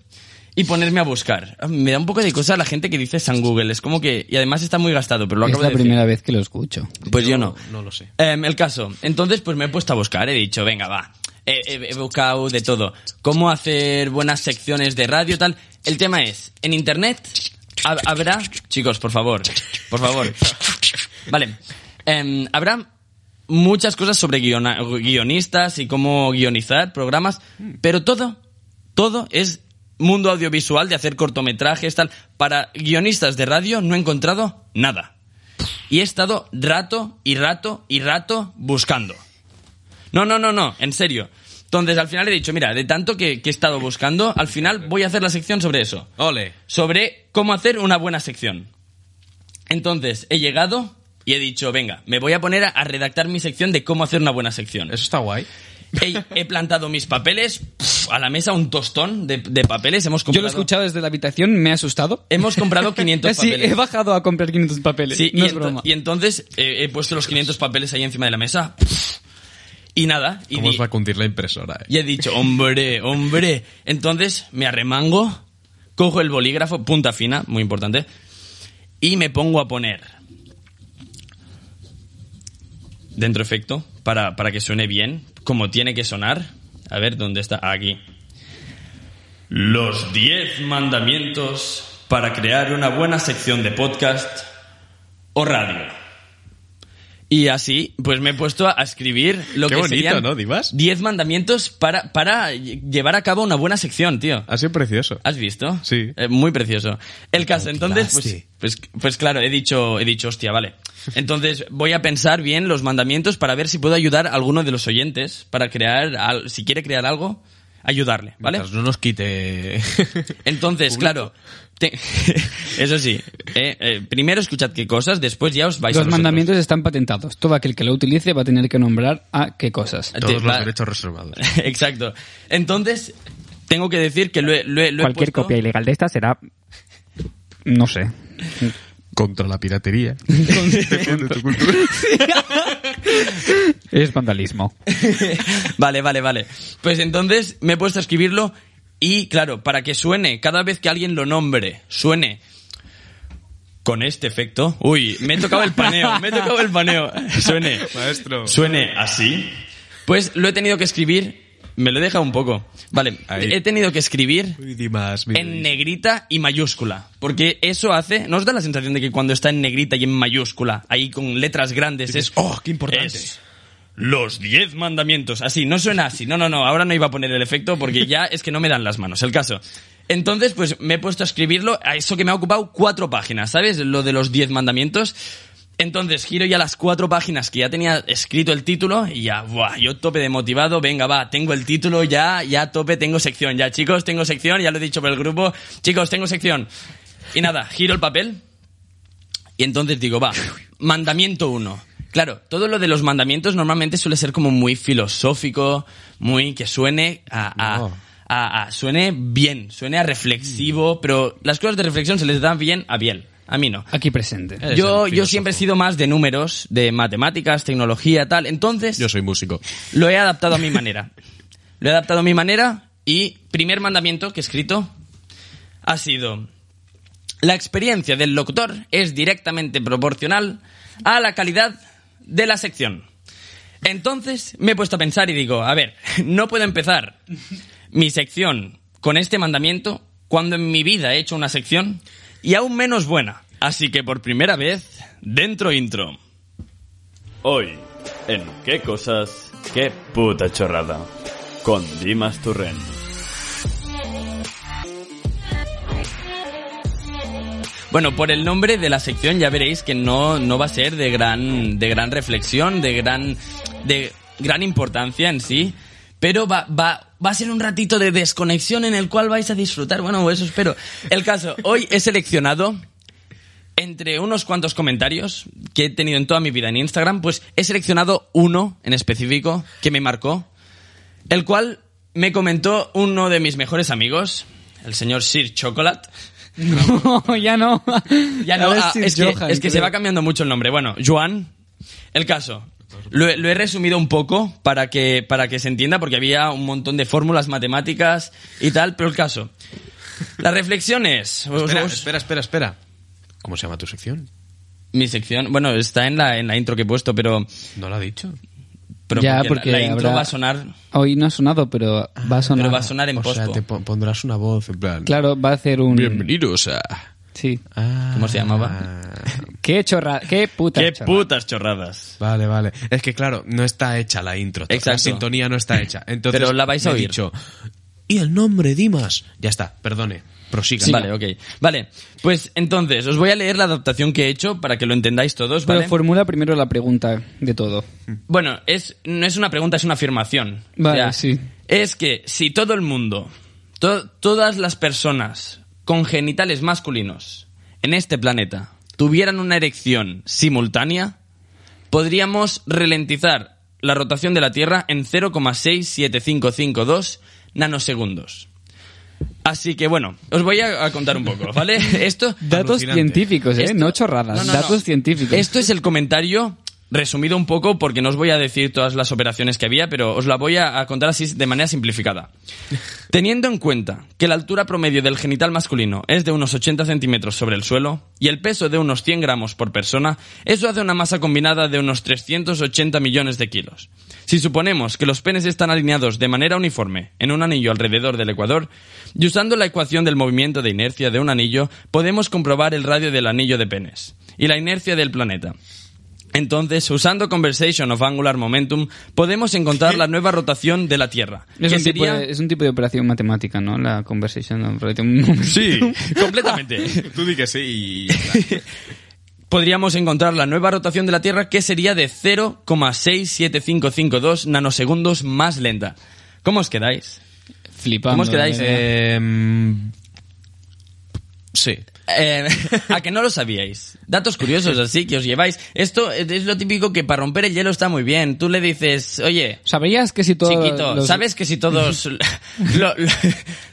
S3: y ponerme a buscar. Ah, Me da un poco de cosa la gente que dice San Google. Es como que. Y además está muy gastado, pero lo
S2: es
S3: acabo
S2: la
S3: de decir.
S2: primera vez que lo escucho.
S3: Pues yo no.
S1: No lo sé.
S3: Em, el caso. Entonces, pues me he puesto a buscar. He dicho, venga, va. He, he- he buscado de todo. Cómo hacer buenas secciones de radio, tal. El tema es, en internet ha- habrá... Chicos, por favor. Por favor. Vale. Em, habrá muchas cosas sobre guiona- guionistas y cómo guionizar programas, pero todo, todo es mundo audiovisual de hacer cortometrajes, tal. Para guionistas de radio no he encontrado nada. Y he estado rato y rato y rato buscando. No, no, no, no, en serio. Entonces al final he dicho, mira, de tanto que, que he estado buscando, al final voy a hacer la sección sobre eso.
S1: Ole.
S3: Sobre cómo hacer una buena sección. Entonces he llegado y he dicho, venga, me voy a poner a, a redactar mi sección de cómo hacer una buena sección.
S1: Eso está guay.
S3: He, he plantado mis papeles pf, a la mesa, un tostón de, de papeles. Hemos
S2: Yo
S3: comprado,
S2: lo he escuchado desde la habitación, me he asustado. [laughs]
S3: Hemos comprado 500
S2: sí,
S3: papeles.
S2: he bajado a comprar 500 papeles.
S3: Sí,
S2: no
S3: y,
S2: es
S3: ento-
S2: broma.
S3: y entonces eh, he puesto los 500 papeles ahí encima de la mesa. Y nada. Y,
S1: ¿Cómo
S3: di-
S1: os va a cundir la impresora? eh?
S3: y he dicho, hombre, hombre. Entonces me arremango, cojo el bolígrafo, punta fina, muy importante, y me pongo a poner. dentro efecto para, para que suene bien, como tiene que sonar. A ver, ¿dónde está? Aquí. Los 10 mandamientos para crear una buena sección de podcast o radio. Y así, pues me he puesto a escribir lo
S1: Qué
S3: que
S1: bonito,
S3: serían
S1: ¿no, Divas?
S3: 10 mandamientos para, para llevar a cabo una buena sección, tío.
S1: Ha sido precioso.
S3: ¿Has visto?
S1: Sí.
S3: Eh, muy precioso. El caso, entonces, pues,
S1: tiraste.
S3: pues, pues claro, he dicho, he dicho, hostia, vale. Entonces voy a pensar bien los mandamientos para ver si puedo ayudar a alguno de los oyentes para crear, al- si quiere crear algo, ayudarle, ¿vale?
S1: Mientras no nos quite. [laughs]
S3: Entonces, claro, te- [laughs] eso sí, eh, eh, primero escuchad qué cosas, después ya os vais a
S2: Los
S3: vosotros.
S2: mandamientos están patentados. Todo aquel que lo utilice va a tener que nombrar a qué cosas.
S1: Todos
S3: Va-
S1: los derechos reservados.
S3: [laughs]
S1: [laughs]
S3: Exacto. Entonces, tengo que decir que lo he, lo he- lo he
S2: Cualquier
S3: puesto-
S2: copia ilegal de esta será... No sé.
S1: Contra la [laughs] piratería. Defiende tu cultura.
S2: Es vandalismo.
S3: [laughs] Vale, vale, vale. Pues entonces me he puesto a escribirlo y, claro, para que suene, cada vez que alguien lo nombre, suene con este efecto. Uy, me he tocado el paneo, me he tocado el paneo.
S1: [laughs]
S3: Suene.
S1: Maestro.
S3: Suene así. Pues lo he tenido que escribir. Me lo he dejado un poco. Vale,
S1: Ahí.
S3: he tenido que escribir
S1: Uy, Dimas, mira,
S3: en
S1: Dimas.
S3: negrita y mayúscula. Porque eso hace. ¿No os da la sensación de que cuando está en negrita y en mayúscula, ahí con letras grandes, es.
S1: "Oh, qué importante".
S3: es los diez mandamientos. Así, no suena así. No, no, no. Ahora no iba a poner el efecto porque ya es que no me dan las manos. El caso. Entonces, pues me he puesto a escribirlo. A eso que me ha ocupado cuatro páginas, ¿sabes? Lo de los diez mandamientos. Entonces, giro ya las cuatro páginas que ya tenía escrito el título y ya, buah, yo tope de motivado, venga, va, tengo el título ya, ya tope, tengo sección, ya chicos, tengo sección, ya lo he dicho por el grupo, chicos, tengo sección. Y nada, giro el papel, y entonces digo, va, mandamiento uno. Claro, todo lo de los mandamientos normalmente suele ser como muy filosófico, muy que suene a, a-
S1: No.
S3: a- a- suene bien, suene a
S1: Mm.
S3: reflexivo, pero las cosas de reflexión se les dan bien a bien. A mí no.
S2: Aquí
S3: [laughs]
S2: presente.
S1: Eres
S3: Yo,
S1: el
S3: yo
S1: filósofo.
S3: siempre he sido más de números, de matemáticas, tecnología, tal. Entonces,
S1: Yo soy músico.
S3: lo he adaptado a mi manera. Lo he adaptado a mi manera y primer mandamiento que he escrito ha sido la experiencia del locutor es directamente proporcional a la calidad de la sección. Entonces me he puesto a pensar y digo, a ver, no puedo empezar mi sección con este mandamiento cuando en mi vida he hecho una sección y aún menos buena. Así que por primera vez, dentro intro.
S6: Hoy, en ¿Qué cosas? ¡Qué puta chorrada! Con Dimas Turren.
S3: Bueno, por el nombre de la sección ya veréis que no, no va a ser de gran, de gran reflexión, de gran, de gran importancia en sí, pero va, va, va a ser un ratito de desconexión en el cual vais a disfrutar. Bueno, eso espero. El caso, hoy he seleccionado entre unos cuantos comentarios que he tenido en toda mi vida en Instagram, pues he seleccionado uno en específico que me marcó, el cual me comentó uno de mis mejores amigos, el señor Sir Chocolate.
S2: No, ya no.
S3: Ya
S2: [laughs]
S3: no,
S2: Ahora
S3: ah,
S2: Sir
S3: es que,
S2: Johan,
S3: es que se
S2: creo.
S3: va cambiando mucho el nombre. Bueno, Juan, el caso. Lo, he- lo he resumido un poco para que, para que se entienda, porque había un montón de fórmulas matemáticas y tal, pero el caso. La reflexión es... os-
S1: Espera,
S3: os-
S1: espera, espera, espera. ¿Cómo se llama tu sección?
S3: mi sección, bueno, está en la, en la intro que he puesto, pero...
S1: ¿No lo ha dicho?
S3: pero
S2: Ya,
S3: la-
S2: porque
S3: la, intro
S2: habrá-
S3: va a sonar...
S2: Hoy no ha sonado, pero va a sonar.
S3: Ah, Pero va a sonar en
S1: o sea,
S3: pospo.
S1: te pon- pondrás una voz en plan.
S2: Claro, va a hacer un.
S1: Bienvenidos a.
S2: Sí.
S1: Ah,
S3: ¿Cómo se llamaba?
S2: Qué chorra, qué puta.
S6: ¡Qué
S2: chorra.
S6: putas chorradas!
S1: [laughs] Vale, vale. Es que claro, no está hecha la intro. La
S3: Exacto.
S1: sintonía no está hecha. Entonces,
S3: Pero la vais a
S1: me he
S3: oír.
S1: dicho, y el nombre, Dimas. Ya está, perdone. Prosiga.
S3: Vale, ok. Vale, pues entonces, os voy a leer la adaptación que he hecho para que lo entendáis todos,
S2: Pero
S3: ¿vale?
S2: formula primero la pregunta de todo.
S3: Bueno, es, no es una pregunta, es una afirmación.
S2: Vale, sí.
S3: Es que si todo el mundo, to- todas las personas con genitales masculinos en este planeta tuvieran una erección simultánea, podríamos ralentizar la rotación de la Tierra en 0,67552 nanosegundos. Así que bueno, os voy a a contar un poco,
S2: [laughs]
S3: ¿vale? Esto
S2: Datos
S1: Alucinante.
S2: científicos, ¿eh?
S3: esto-
S2: No chorradas,
S3: No, no, no.
S2: datos científicos.
S3: Esto es el comentario resumido un poco porque no os voy a decir todas las operaciones que había, pero os la voy a, a contar así de manera simplificada. Teniendo en cuenta que la altura promedio del genital masculino es de unos 80 centímetros sobre el suelo y el peso de unos 100 gramos por persona, eso hace una masa combinada de unos 380 millones de kilos. Si suponemos que los penes están alineados de manera uniforme en un anillo alrededor del ecuador, y usando la ecuación del movimiento de inercia de un anillo, podemos comprobar el radio del anillo de penes y la inercia del planeta. Entonces, usando Conversation of Angular Momentum, podemos encontrar la nueva rotación de la Tierra.
S2: Es
S3: que
S2: un, tipo
S3: sería-
S2: de, es un tipo de operación matemática, ¿no? La conversation. of relative moment.
S3: Sí, [laughs] completamente.
S1: Tú di que sí.
S3: podríamos encontrar la nueva rotación de la Tierra que sería de 0,67552 nanosegundos más lenta. ¿Cómo os quedáis?
S2: Flipando.
S3: ¿Cómo os quedáis, eh?
S2: de verdad.
S3: em,
S1: sí.
S3: Eh, [laughs] a que no lo sabíais. Datos curiosos así que os lleváis. Esto es lo típico que para romper el hielo está muy bien. Tú le dices, oye,
S2: ¿Sabías que si todo.
S3: chiquito, [laughs]
S2: los-
S3: ¿sabes que si todos, lo- lo-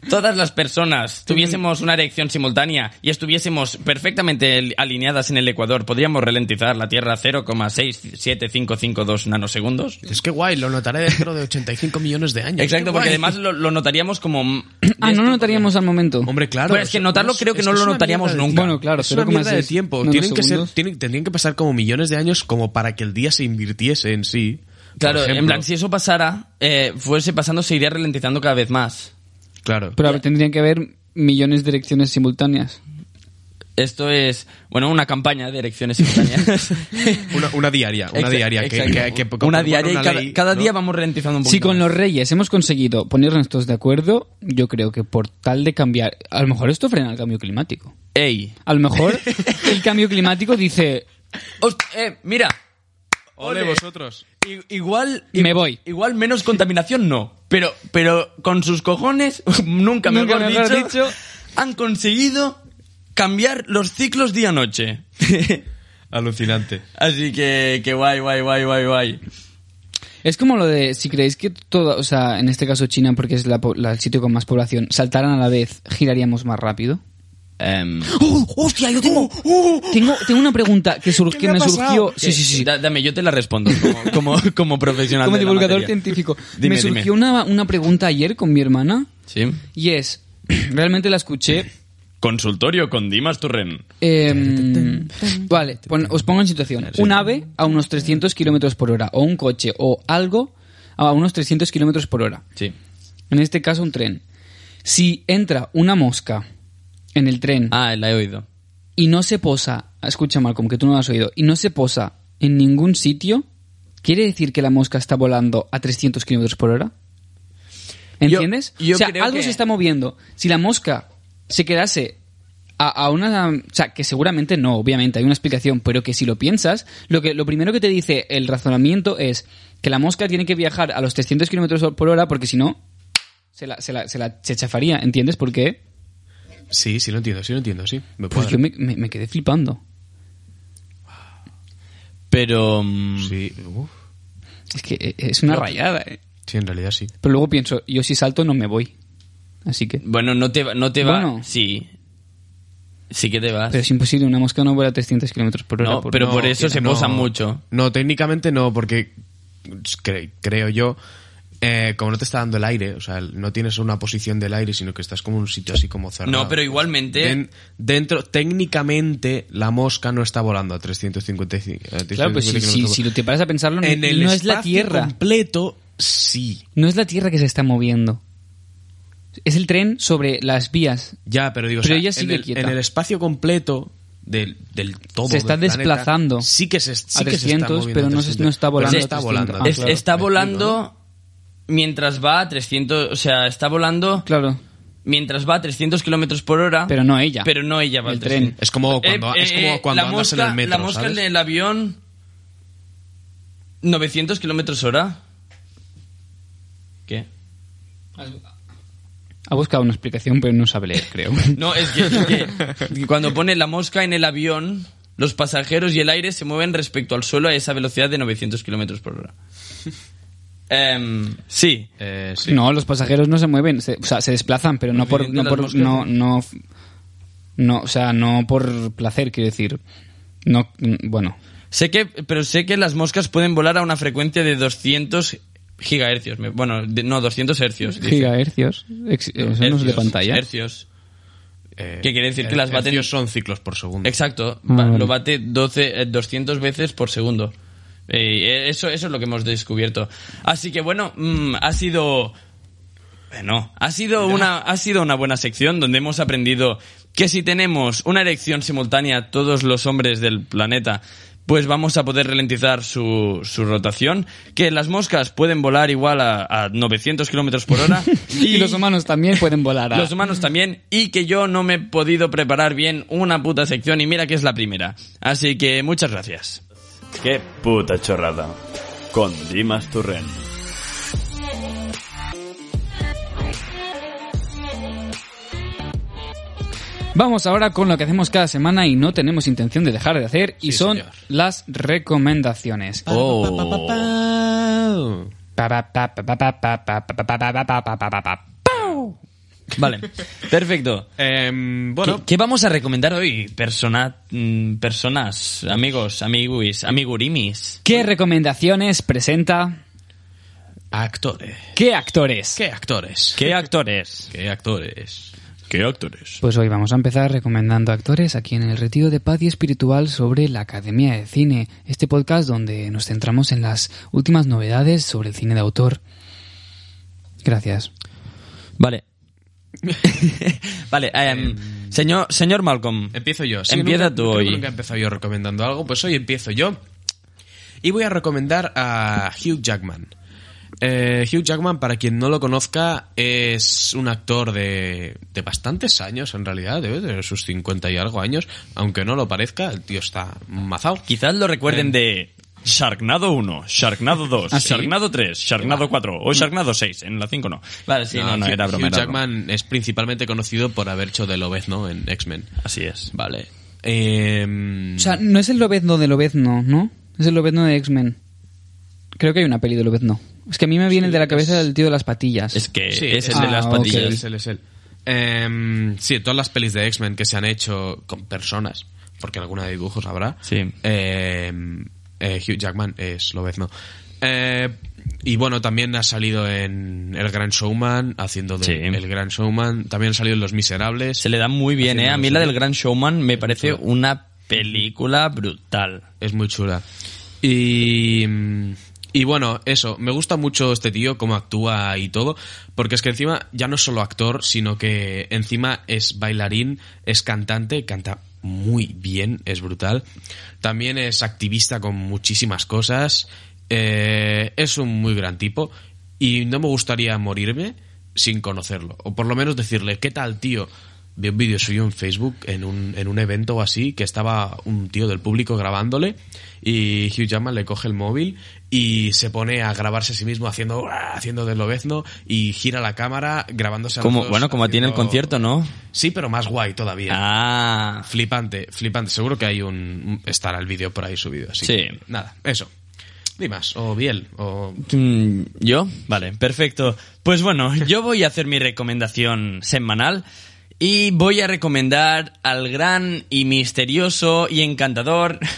S3: todas las personas tuviésemos una erección simultánea y estuviésemos perfectamente el- alineadas en el ecuador, podríamos ralentizar la Tierra a 0,67552 nanosegundos?
S7: Es que guay, lo notaré dentro de 85 millones de años. Qué
S3: Exacto, porque
S7: guay.
S3: además lo, lo notaríamos como...
S2: Ah, no lo notaríamos al
S1: [laughs]
S2: momento.
S1: Hombre, claro.
S3: Pues es que
S1: eso-
S3: notarlo creo que no
S1: es
S3: lo
S1: una
S3: notaríamos
S1: mierda de-
S3: nunca.
S2: Bueno, claro,
S1: es una mierda de
S2: 0,6
S1: tiempo.
S2: nanosegundos.
S1: Tienen que ser, tienen- tendrían que pasar como millones de años como para que el día se invirtiese en sí. Por
S3: Claro, en
S1: ejemplo.
S3: plan, si eso pasara, eh, fuese pasando, se iría ralentizando cada vez más.
S1: Claro.
S2: Pero tendrían que haber millones de direcciones simultáneas.
S3: Esto es, bueno, una campaña de elecciones [laughs] simultáneas.
S1: Una, una diaria, una
S3: Exacto,
S1: diaria. que- que- que-
S3: exacto.
S1: que
S3: una
S1: pongan
S3: diaria
S1: una
S3: y cada,
S1: ley,
S3: cada
S1: ¿no?
S3: día vamos ralentizando un poquito.
S2: Si con
S3: más.
S2: los reyes hemos conseguido ponernos todos de acuerdo, yo creo que por tal de cambiar. A lo mejor esto frena el cambio climático.
S3: Ey.
S2: A lo
S3: [laughs]
S2: mejor el cambio climático dice.
S3: Host- eh, mira.
S1: Ole
S3: Ole.
S1: vosotros.
S3: I- Igual...
S2: Me voy.
S3: Igual menos contaminación no. Pero, pero con sus cojones, [laughs] nunca mejor,
S2: Nunca mejor
S3: dicho,
S2: dicho.
S3: han conseguido cambiar los ciclos día-noche.
S1: Alucinante.
S3: [laughs] Así que, que guay, guay, guay, guay, guay.
S2: Es como lo de si creéis que todo, o sea, en este caso China, porque es la po- la- el sitio con más población, saltaran a la vez, giraríamos más rápido.
S3: Em,
S2: ¡Oh! ¡Hostia! Yo tengo, tengo, tengo una pregunta que, surg- que me, surgió. Sí, sí, sí.
S3: Da- dame, yo te la respondo [laughs] como, como, como profesional.
S2: Como
S3: de la
S2: divulgador
S3: materia. [laughs]
S2: científico.
S3: Dime,
S2: me
S3: dime.
S2: surgió una, una pregunta ayer con mi hermana
S3: Sí.
S2: y es. [clears throat] Realmente la escuché.
S3: Consultorio con Dimas Turren.
S2: Em, vale, pon- os pongo en situación. Un ave a unos 300 kilómetros por hora, o un coche, o algo a unos 300 kilómetros por hora.
S3: Sí.
S2: En este caso, un tren. Si entra una mosca en el tren
S3: Ah, la he oído.
S2: y no se posa, escucha Malcolm, que tú no lo has oído, y no se posa en ningún sitio, ¿quiere decir que la mosca está volando a 300 kilómetros por hora? ¿Entiendes?
S3: Yo- yo
S2: o sea,
S3: creo
S2: algo
S3: que-
S2: se está moviendo. Si la mosca se quedase a, a una... O sea, que seguramente no, obviamente, hay una explicación, pero que si lo piensas, lo, que, lo primero que te dice el razonamiento es que la mosca tiene que viajar a los 300 kilómetros por hora porque si no, se la, se la, se la se chafaría, ¿entiendes? por qué?
S1: Sí, sí lo entiendo, sí lo entiendo, sí. Me
S2: pues
S1: cuadra.
S2: yo me- me- me quedé flipando.
S3: Pero... mm,
S1: Sí, uf,
S2: Es que eh, es una rayada, eh.
S1: sí, en realidad sí.
S2: Pero luego pienso, yo si salto no me voy. Así que...
S3: Bueno, no te, va- no te va...
S2: Bueno.
S3: Sí. Sí que te vas.
S2: Pero es imposible, una mosca no vuela a 300 kilómetros por hora.
S3: No,
S2: por-
S3: pero
S1: No,
S3: por eso se
S1: no.
S3: posan mucho.
S1: No, técnicamente no, porque cre- creo yo, eh, como no te está dando el aire, o sea, el- no tienes una posición del aire, sino que estás como en un sitio así como cerrado.
S3: No, pero igualmente...
S1: Den- dentro, técnicamente, la mosca no está volando a 355. a 350
S2: Claro, pues si, si,
S1: kilómetros por-
S2: si lo te paras a pensarlo, no-
S1: en el
S2: no es la
S1: espacio
S2: Tierra.
S1: completo, sí.
S2: No es la Tierra que se está moviendo. Es el tren sobre las vías.
S1: Ya, pero digo, o
S2: Pero
S1: sea,
S2: ella sigue
S1: en, el,
S2: quieta.
S1: en el espacio completo del, del todo.
S2: Se está
S1: del planeta,
S2: desplazando
S1: sí que se, sí
S2: a
S1: que se está
S2: 300,
S1: moviendo
S2: pero
S1: a
S2: no se-
S1: 300.
S2: no está
S1: Pero
S2: volando a
S1: está
S2: 300.
S1: volando.
S2: Ah,
S3: Es-
S1: claro.
S3: está
S1: Me explico, ¿no?
S3: volando mientras va a 300, o sea, está volando
S2: Claro.
S3: mientras va a 300 kilómetros por hora.
S2: Pero no ella.
S3: Ah. Pero no ella va
S2: El
S3: al
S2: tren.
S3: tren.
S1: Es como cuando,
S3: Eh,
S1: es
S3: eh,
S1: como cuando
S3: la
S1: andas
S3: mosca,
S1: en el metro,
S3: La mosca
S1: ¿sabes?
S3: en el avión... 900 kilómetros hora. ¿Qué?
S2: Ha buscado una explicación, pero no sabe leer, creo.
S3: No, es que, es que cuando pone la mosca en el avión, los pasajeros y el aire se mueven respecto al suelo a esa velocidad de 900 kilómetros por hora. Em, sí.
S1: Eh, sí.
S2: No, los pasajeros no se mueven. se- o sea, se desplazan, pero no por... No,
S3: Las
S2: por
S3: moscas.
S2: no, no, no, o sea, no por placer, quiero decir. No, mm, bueno.
S3: Sé que, pero sé que las moscas pueden volar a una frecuencia de 200 gigahercios. Me- Bueno, de- no, 200 hercios. dice.
S2: Gigahercios. Ex- Eso no es de
S3: Hercios,
S2: pantalla.
S3: Hercios.
S1: Eh,
S3: ¿Qué quiere decir que
S1: eh,
S3: las baten-
S1: hercios son ciclos por segundo.
S3: Exacto.
S2: Ah,
S3: va-
S2: vale.
S3: Lo bate 12, eh, 200 veces por segundo. Eh, eso, eso es lo que hemos descubierto. Así que bueno, mm, ha sido... Bueno, ha sido, una, ha sido una buena sección donde hemos aprendido que si tenemos una erección simultánea a todos los hombres del planeta, pues vamos a poder ralentizar su, su rotación, que las moscas pueden volar igual a, a 900 kilómetros por
S2: [laughs]
S3: hora
S2: Y los humanos también pueden volar. a-
S3: [laughs] los humanos también. Y que yo no me he podido preparar bien una puta sección. Y mira que es la primera. Así que muchas gracias.
S6: ¡Qué puta chorrada! Con Dimas Turren.
S2: Vamos ahora con lo que hacemos cada semana y no tenemos intención de dejar de hacer y
S1: Sí,
S2: son
S1: señor.
S2: las recomendaciones.
S3: Oh.
S1: Oh.
S2: Pa, pa, pa, pa, pa, pa, pa, pa, pa, pa, pa, pa, pa, pa, pa, pa.
S3: Vale, perfecto.
S1: Em,
S3: ¿Qué,
S1: bueno,
S3: qué vamos a recomendar hoy? Persona, mm, personas, amigos, amiguis, amigurimis.
S2: ¿Qué recomendaciones presenta?
S1: actores.
S2: ¿Qué actores?
S1: ¿Qué actores?
S3: ¿Qué actores?
S1: ¿Qué actores?
S6: ¿Qué actores?
S2: Pues hoy vamos a empezar recomendando actores aquí en el Retiro de Paz y Espiritual sobre la Academia de Cine, este podcast donde nos centramos en las últimas novedades sobre el cine de autor. Gracias.
S3: Vale. [laughs] vale, em, señor, señor Malcolm.
S1: Empiezo yo.
S3: Empieza
S1: nunca-
S3: tú
S1: creo que
S3: hoy.
S1: Nunca he empezado yo recomendando algo, pues hoy empiezo yo. Y voy a recomendar a Hugh Jackman. Eh, Hugh Jackman, para quien no lo conozca, es un actor de, de bastantes años, en realidad, debe tener sus 50 y algo años, aunque no lo parezca, el tío está mazao.
S3: Quizás lo recuerden de...
S6: Sharknado 1, Sharknado 2,
S2: ¿Ah, sí?
S6: Sharknado 3, Sharknado 4 o Sharknado 6. En la 5 no.
S3: Vale, sí, no, no,
S1: Hugh-
S3: era broma.
S1: Hugh
S3: era broma.
S1: Jackman es principalmente conocido por haber hecho de Lobezno en X-Men.
S6: Así es.
S1: Vale. Em,
S2: O sea, no es el Lobezno de Lobezno, ¿no? Es el Lobezno de X-Men. Creo que hay una peli de Lobezno. Es que a mí me viene el de la cabeza el tío de las patillas.
S3: Es que
S1: Sí,
S3: es el
S1: ah,
S3: de las
S2: ok.
S3: patillas.
S1: Es él, es él. Em, sí, todas las pelis de X-Men que se han hecho con personas, porque alguna de dibujos habrá.
S3: Sí.
S1: Em, eh, Hugh Jackman es Lobezno. Eh, y bueno, también ha salido en El Gran Showman, haciendo de
S3: Sí.
S1: El Gran Showman. También ha salido en Los Miserables.
S3: Se le da muy bien,
S1: Haciendo
S3: ¿eh? A mí
S1: eso,
S3: la
S1: ¿no?
S3: del Gran Showman me parece una película brutal.
S1: Es muy chula. Y. mm, Y bueno, eso, me gusta mucho este tío, cómo actúa y todo, porque es que encima ya no es solo actor, sino que encima es bailarín, es cantante, canta muy bien, es brutal. También es activista con muchísimas cosas, eh, es un muy gran tipo y no me gustaría morirme sin conocerlo, o por lo menos decirle, ¿qué tal tío? Vi un vídeo suyo en Facebook en un, en un evento o así que estaba un tío del público grabándole y Hugh Jackman le coge el móvil y se pone a grabarse a sí mismo haciendo haciendo de lobezno y gira la cámara grabándose a los
S3: Como,
S1: dos
S3: bueno, como tiene el
S1: haciendo-
S3: concierto, ¿no?
S1: Sí, pero más guay todavía.
S3: Ah,
S1: Flipante, flipante. Seguro que hay un... un- Estará el vídeo por ahí subido. Así
S3: Sí.
S1: que, nada, eso. Dimas, o Biel, o...
S3: mm, ¿yo? Vale, perfecto.
S2: [laughs]
S3: Pues bueno, yo voy a hacer mi recomendación semanal y voy a recomendar al gran y misterioso y encantador... [laughs]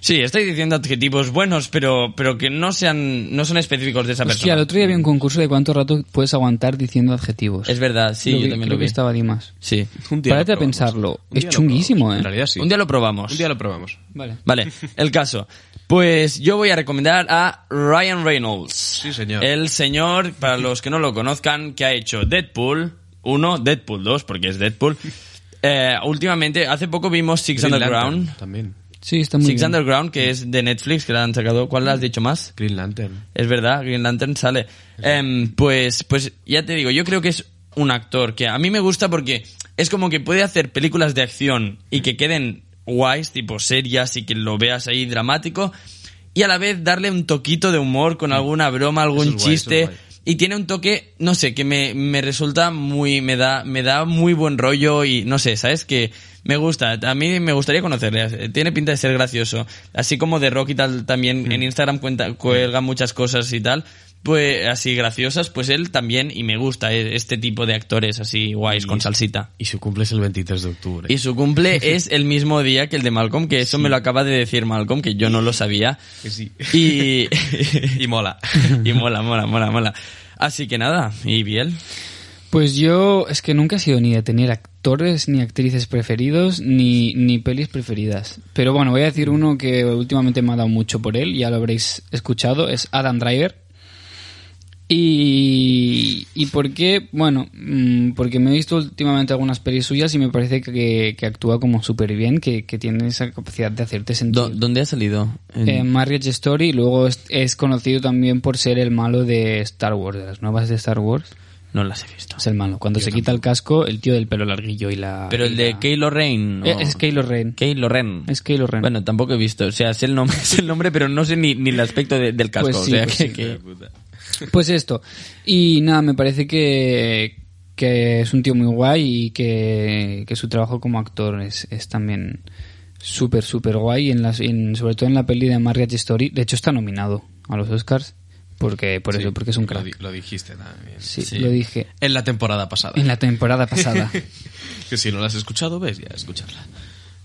S3: Sí, estoy diciendo adjetivos buenos, pero, pero que no sean no son específicos de esa
S2: Hostia,
S3: persona.
S2: el otro día había un concurso de cuánto rato puedes aguantar diciendo adjetivos.
S3: Es verdad, sí,
S2: Lo
S3: yo
S2: vi-
S3: también
S2: creo
S3: lo
S2: que
S3: vi.
S2: estaba Dimas.
S3: Sí.
S1: Un día lo
S2: Párate a
S1: probamos.
S2: pensarlo.
S1: Un
S2: Es
S1: día lo
S2: chunguísimo,
S1: probamos.
S2: ¿eh?
S1: En realidad sí.
S3: Un día lo probamos.
S1: Un día lo probamos.
S2: Vale.
S3: Vale, el caso. Pues yo voy a recomendar a Ryan Reynolds. Sí,
S1: señor.
S3: El señor, para los que no lo conozcan, que ha hecho Deadpool 1, Deadpool 2, porque es Deadpool. Eh, últimamente, hace poco vimos Six
S1: Green
S3: Underground.
S1: Lantern, también.
S2: Sí, está muy
S3: Six
S2: bien.
S3: Underground, que es de Netflix, que la han sacado. ¿Cuál la has dicho más?
S1: Green Lantern.
S3: Es verdad, Green Lantern sale. Em, pues, pues ya te digo, yo creo que es un actor que a mí me gusta porque es como que puede hacer películas de acción y que queden guays, tipo serias y que lo veas ahí dramático, y a la vez darle un toquito de humor con alguna broma, algún
S1: Eso es guay, eso
S3: chiste.
S1: es guay.
S3: y tiene un toque, no sé, que me, me resulta muy, me da, me da muy buen rollo y no sé, ¿sabes? Que me gusta, a mí me gustaría conocerle, tiene pinta de
S1: Mm.
S3: ser gracioso. Así como de Rock y tal, también en Instagram cuenta, cuelga muchas cosas y tal. pues así graciosas, pues él también, y me gusta eh, este tipo de actores así guays con salsita.
S1: Y su cumple es el 23 de octubre.
S3: Y
S1: [laughs]
S3: su cumple es el mismo día que el de Malcolm, que eso me lo acaba de decir Malcolm, que yo no lo sabía.
S1: sí. [laughs]
S3: Y,
S1: Y mola.
S3: y mola, mola, mola, mola. Así que nada, y bien.
S2: Pues yo es que nunca he sido ni de tener actores ni actrices preferidos ni, ni pelis preferidas. Pero bueno, voy a decir uno que últimamente me ha dado mucho por él, ya lo habréis escuchado, es Adam Driver. Y, y por qué, bueno, mm, porque me he visto últimamente algunas pelis suyas y me parece que, que actúa como súper bien, que, que tiene esa capacidad de hacerte sentir.
S3: ¿Dónde ha salido?
S2: Eh, Marriage Story, y luego es, es conocido también por ser el malo de Star Wars, de las nuevas de Star Wars.
S3: No las he visto.
S2: Es el malo. Cuando se quita el casco, el tío del pelo larguillo y la.
S3: Pero el
S2: y
S3: de
S2: la-
S3: Kylo Ren. ¿no?
S2: Eh, Es Kylo Ren.
S3: Kylo Ren.
S2: Es Kylo Ren.
S3: Bueno, tampoco he visto. O sea, sé el nombre, [laughs] sé el nombre pero no sé ni, ni el aspecto de- del casco.
S2: Pues sí,
S3: o sea,
S2: pues
S3: que,
S2: sí.
S3: que-
S2: Pues esto. Y nada, me parece que, que es un tío muy guay y que, que su trabajo como actor es, es también súper, súper guay. En las, en- sobre todo en la peli de Marriage Story. De hecho, está nominado a los Oscars. Porque, por eso, porque es un
S1: Lo, di-
S2: crack.
S1: lo dijiste también.
S2: Sí,
S3: sí.
S2: lo dije
S1: En la temporada pasada.
S2: en la temporada
S3: [laughs]
S2: pasada.
S1: Que si no la has escuchado, ves, ya escucharla.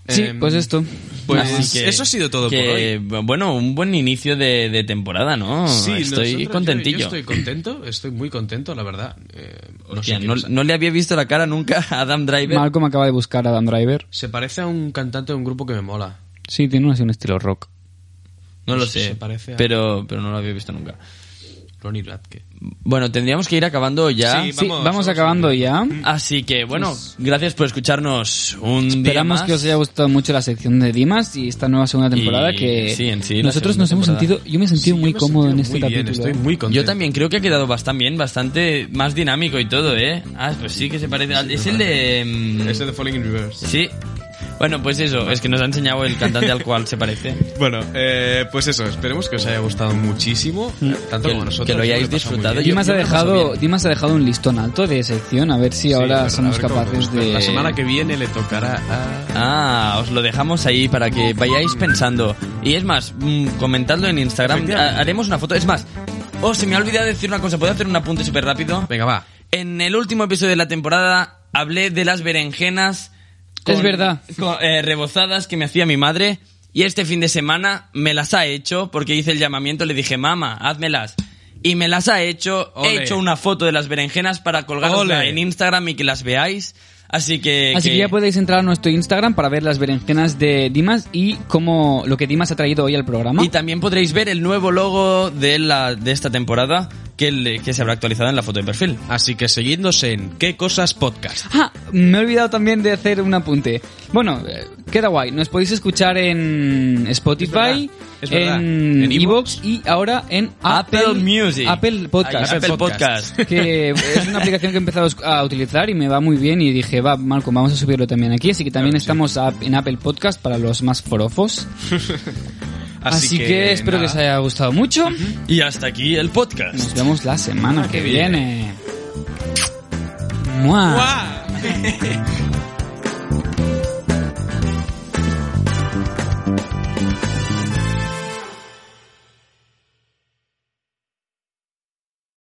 S2: Sí,
S1: Em,
S2: pues esto.
S1: Pues
S2: Nada más.
S3: Así que-
S1: eso ha sido todo
S3: que,
S1: por hoy.
S3: Bueno, un buen inicio de, de temporada, ¿no?
S1: nosotros-
S3: estoy
S1: yo-
S3: contentillo.
S1: Yo, estoy contento, estoy muy contento, la verdad. Eh, no sé
S3: Hostia,
S1: qué
S3: no,
S1: pasa.
S3: no le había visto la cara nunca a Adam Driver.
S2: Malcolm acaba de buscar a Adam Driver.
S1: Se parece a un cantante de un grupo que me mola.
S2: Sí, tiene un- así un estilo rock.
S3: no lo
S1: se-
S3: sé,
S1: se parece a-
S3: pero, pero no lo había visto nunca.
S1: Ronnie Radke.
S3: Bueno, tendríamos que ir acabando ya.
S1: Sí,
S2: Sí,
S1: Vamos,
S2: vamos,
S1: vamos
S2: acabando ya.
S3: Así que, bueno, gracias por escucharnos un día
S2: Esperamos
S3: más.
S2: que os haya gustado mucho la sección de Dimas y esta nueva segunda temporada
S3: Y-
S2: que
S3: sí, en sí, la
S2: nosotros
S3: segunda
S2: nos hemos
S3: temporada.
S2: sentido, yo me he sentido
S1: Sí,
S2: muy
S1: yo me he
S2: cómodo en
S1: sentido
S2: este
S1: muy bien,
S2: capítulo.
S1: estoy muy contento.
S3: Yo también creo que ha quedado bastante bien, bastante más dinámico y todo, ¿eh? Ah, pues sí que se parece. al- Es el de. mm,
S1: Ese de Falling in Reverse.
S3: Sí. Bueno, pues eso, es que nos ha enseñado el cantante al cual se parece.
S1: Bueno, eh, pues eso, esperemos que os haya gustado muchísimo, tanto
S3: Mm. Que-
S1: como nosotros.
S3: que
S1: Yo
S3: lo
S1: me
S3: hayáis
S1: he pasado muy
S3: disfrutado.
S1: bien.
S3: Yo-
S2: Dimas,
S3: yo
S2: ha
S3: me lo paso
S2: dejado,
S3: bien.
S2: Dimas ha dejado un listón alto de sección, a ver si
S1: Sí,
S2: ahora
S1: pero
S2: somos
S1: a ver cómo
S2: capaces
S1: nos va.
S2: de...
S1: La semana que viene le tocará a...
S3: Ah, os lo dejamos ahí para que vayáis pensando. Y es más, mm, comentadlo en Instagram.
S1: Efectivamente.
S3: ha- Haremos una foto. Es más, oh, se me ha olvidado decir una cosa. ¿Puedo hacer un apunte súper rápido?
S1: Venga, va.
S3: En el último episodio de la temporada hablé de las berenjenas.
S2: Es verdad.
S3: con, eh, rebozadas que me hacía mi madre. Y este fin de semana me las ha hecho porque hice el llamamiento. Le dije, mamá, házmelas. Y me las ha hecho. He
S1: Ole.
S3: hecho una foto de las berenjenas para colgarla
S1: Ole.
S3: en Instagram y que las veáis. Así que.
S2: Así que ya podéis entrar a nuestro Instagram para ver las berenjenas de Dimas y cómo lo que Dimas ha traído hoy al programa.
S3: Y también podréis ver el nuevo logo de, la, de esta temporada que, le- que se habrá actualizado en la foto de perfil.
S1: Así que seguidnos en ¿Qué Cosas Podcast?
S2: Ah, me he olvidado también de hacer un apunte. Bueno, eh, queda guay. Nos podéis escuchar en Spotify,
S1: Es verdad, es verdad.
S2: en
S1: En
S2: Evox y ahora en Apple,
S3: Apple Music.
S2: Apple Podcast.
S3: Ay, Apple Podcast.
S2: [laughs] Que es una aplicación que he empezado a utilizar y me va muy bien. Y dije, va, Malcolm, vamos a subirlo también aquí. Así que también estamos a- en Apple Podcast para los más forofos. Así, que, espero que os
S1: nada.
S2: haya gustado mucho.
S3: Y hasta aquí el podcast.
S2: Nos vemos la semana que viene. ¡Mua!
S1: ¡Guau!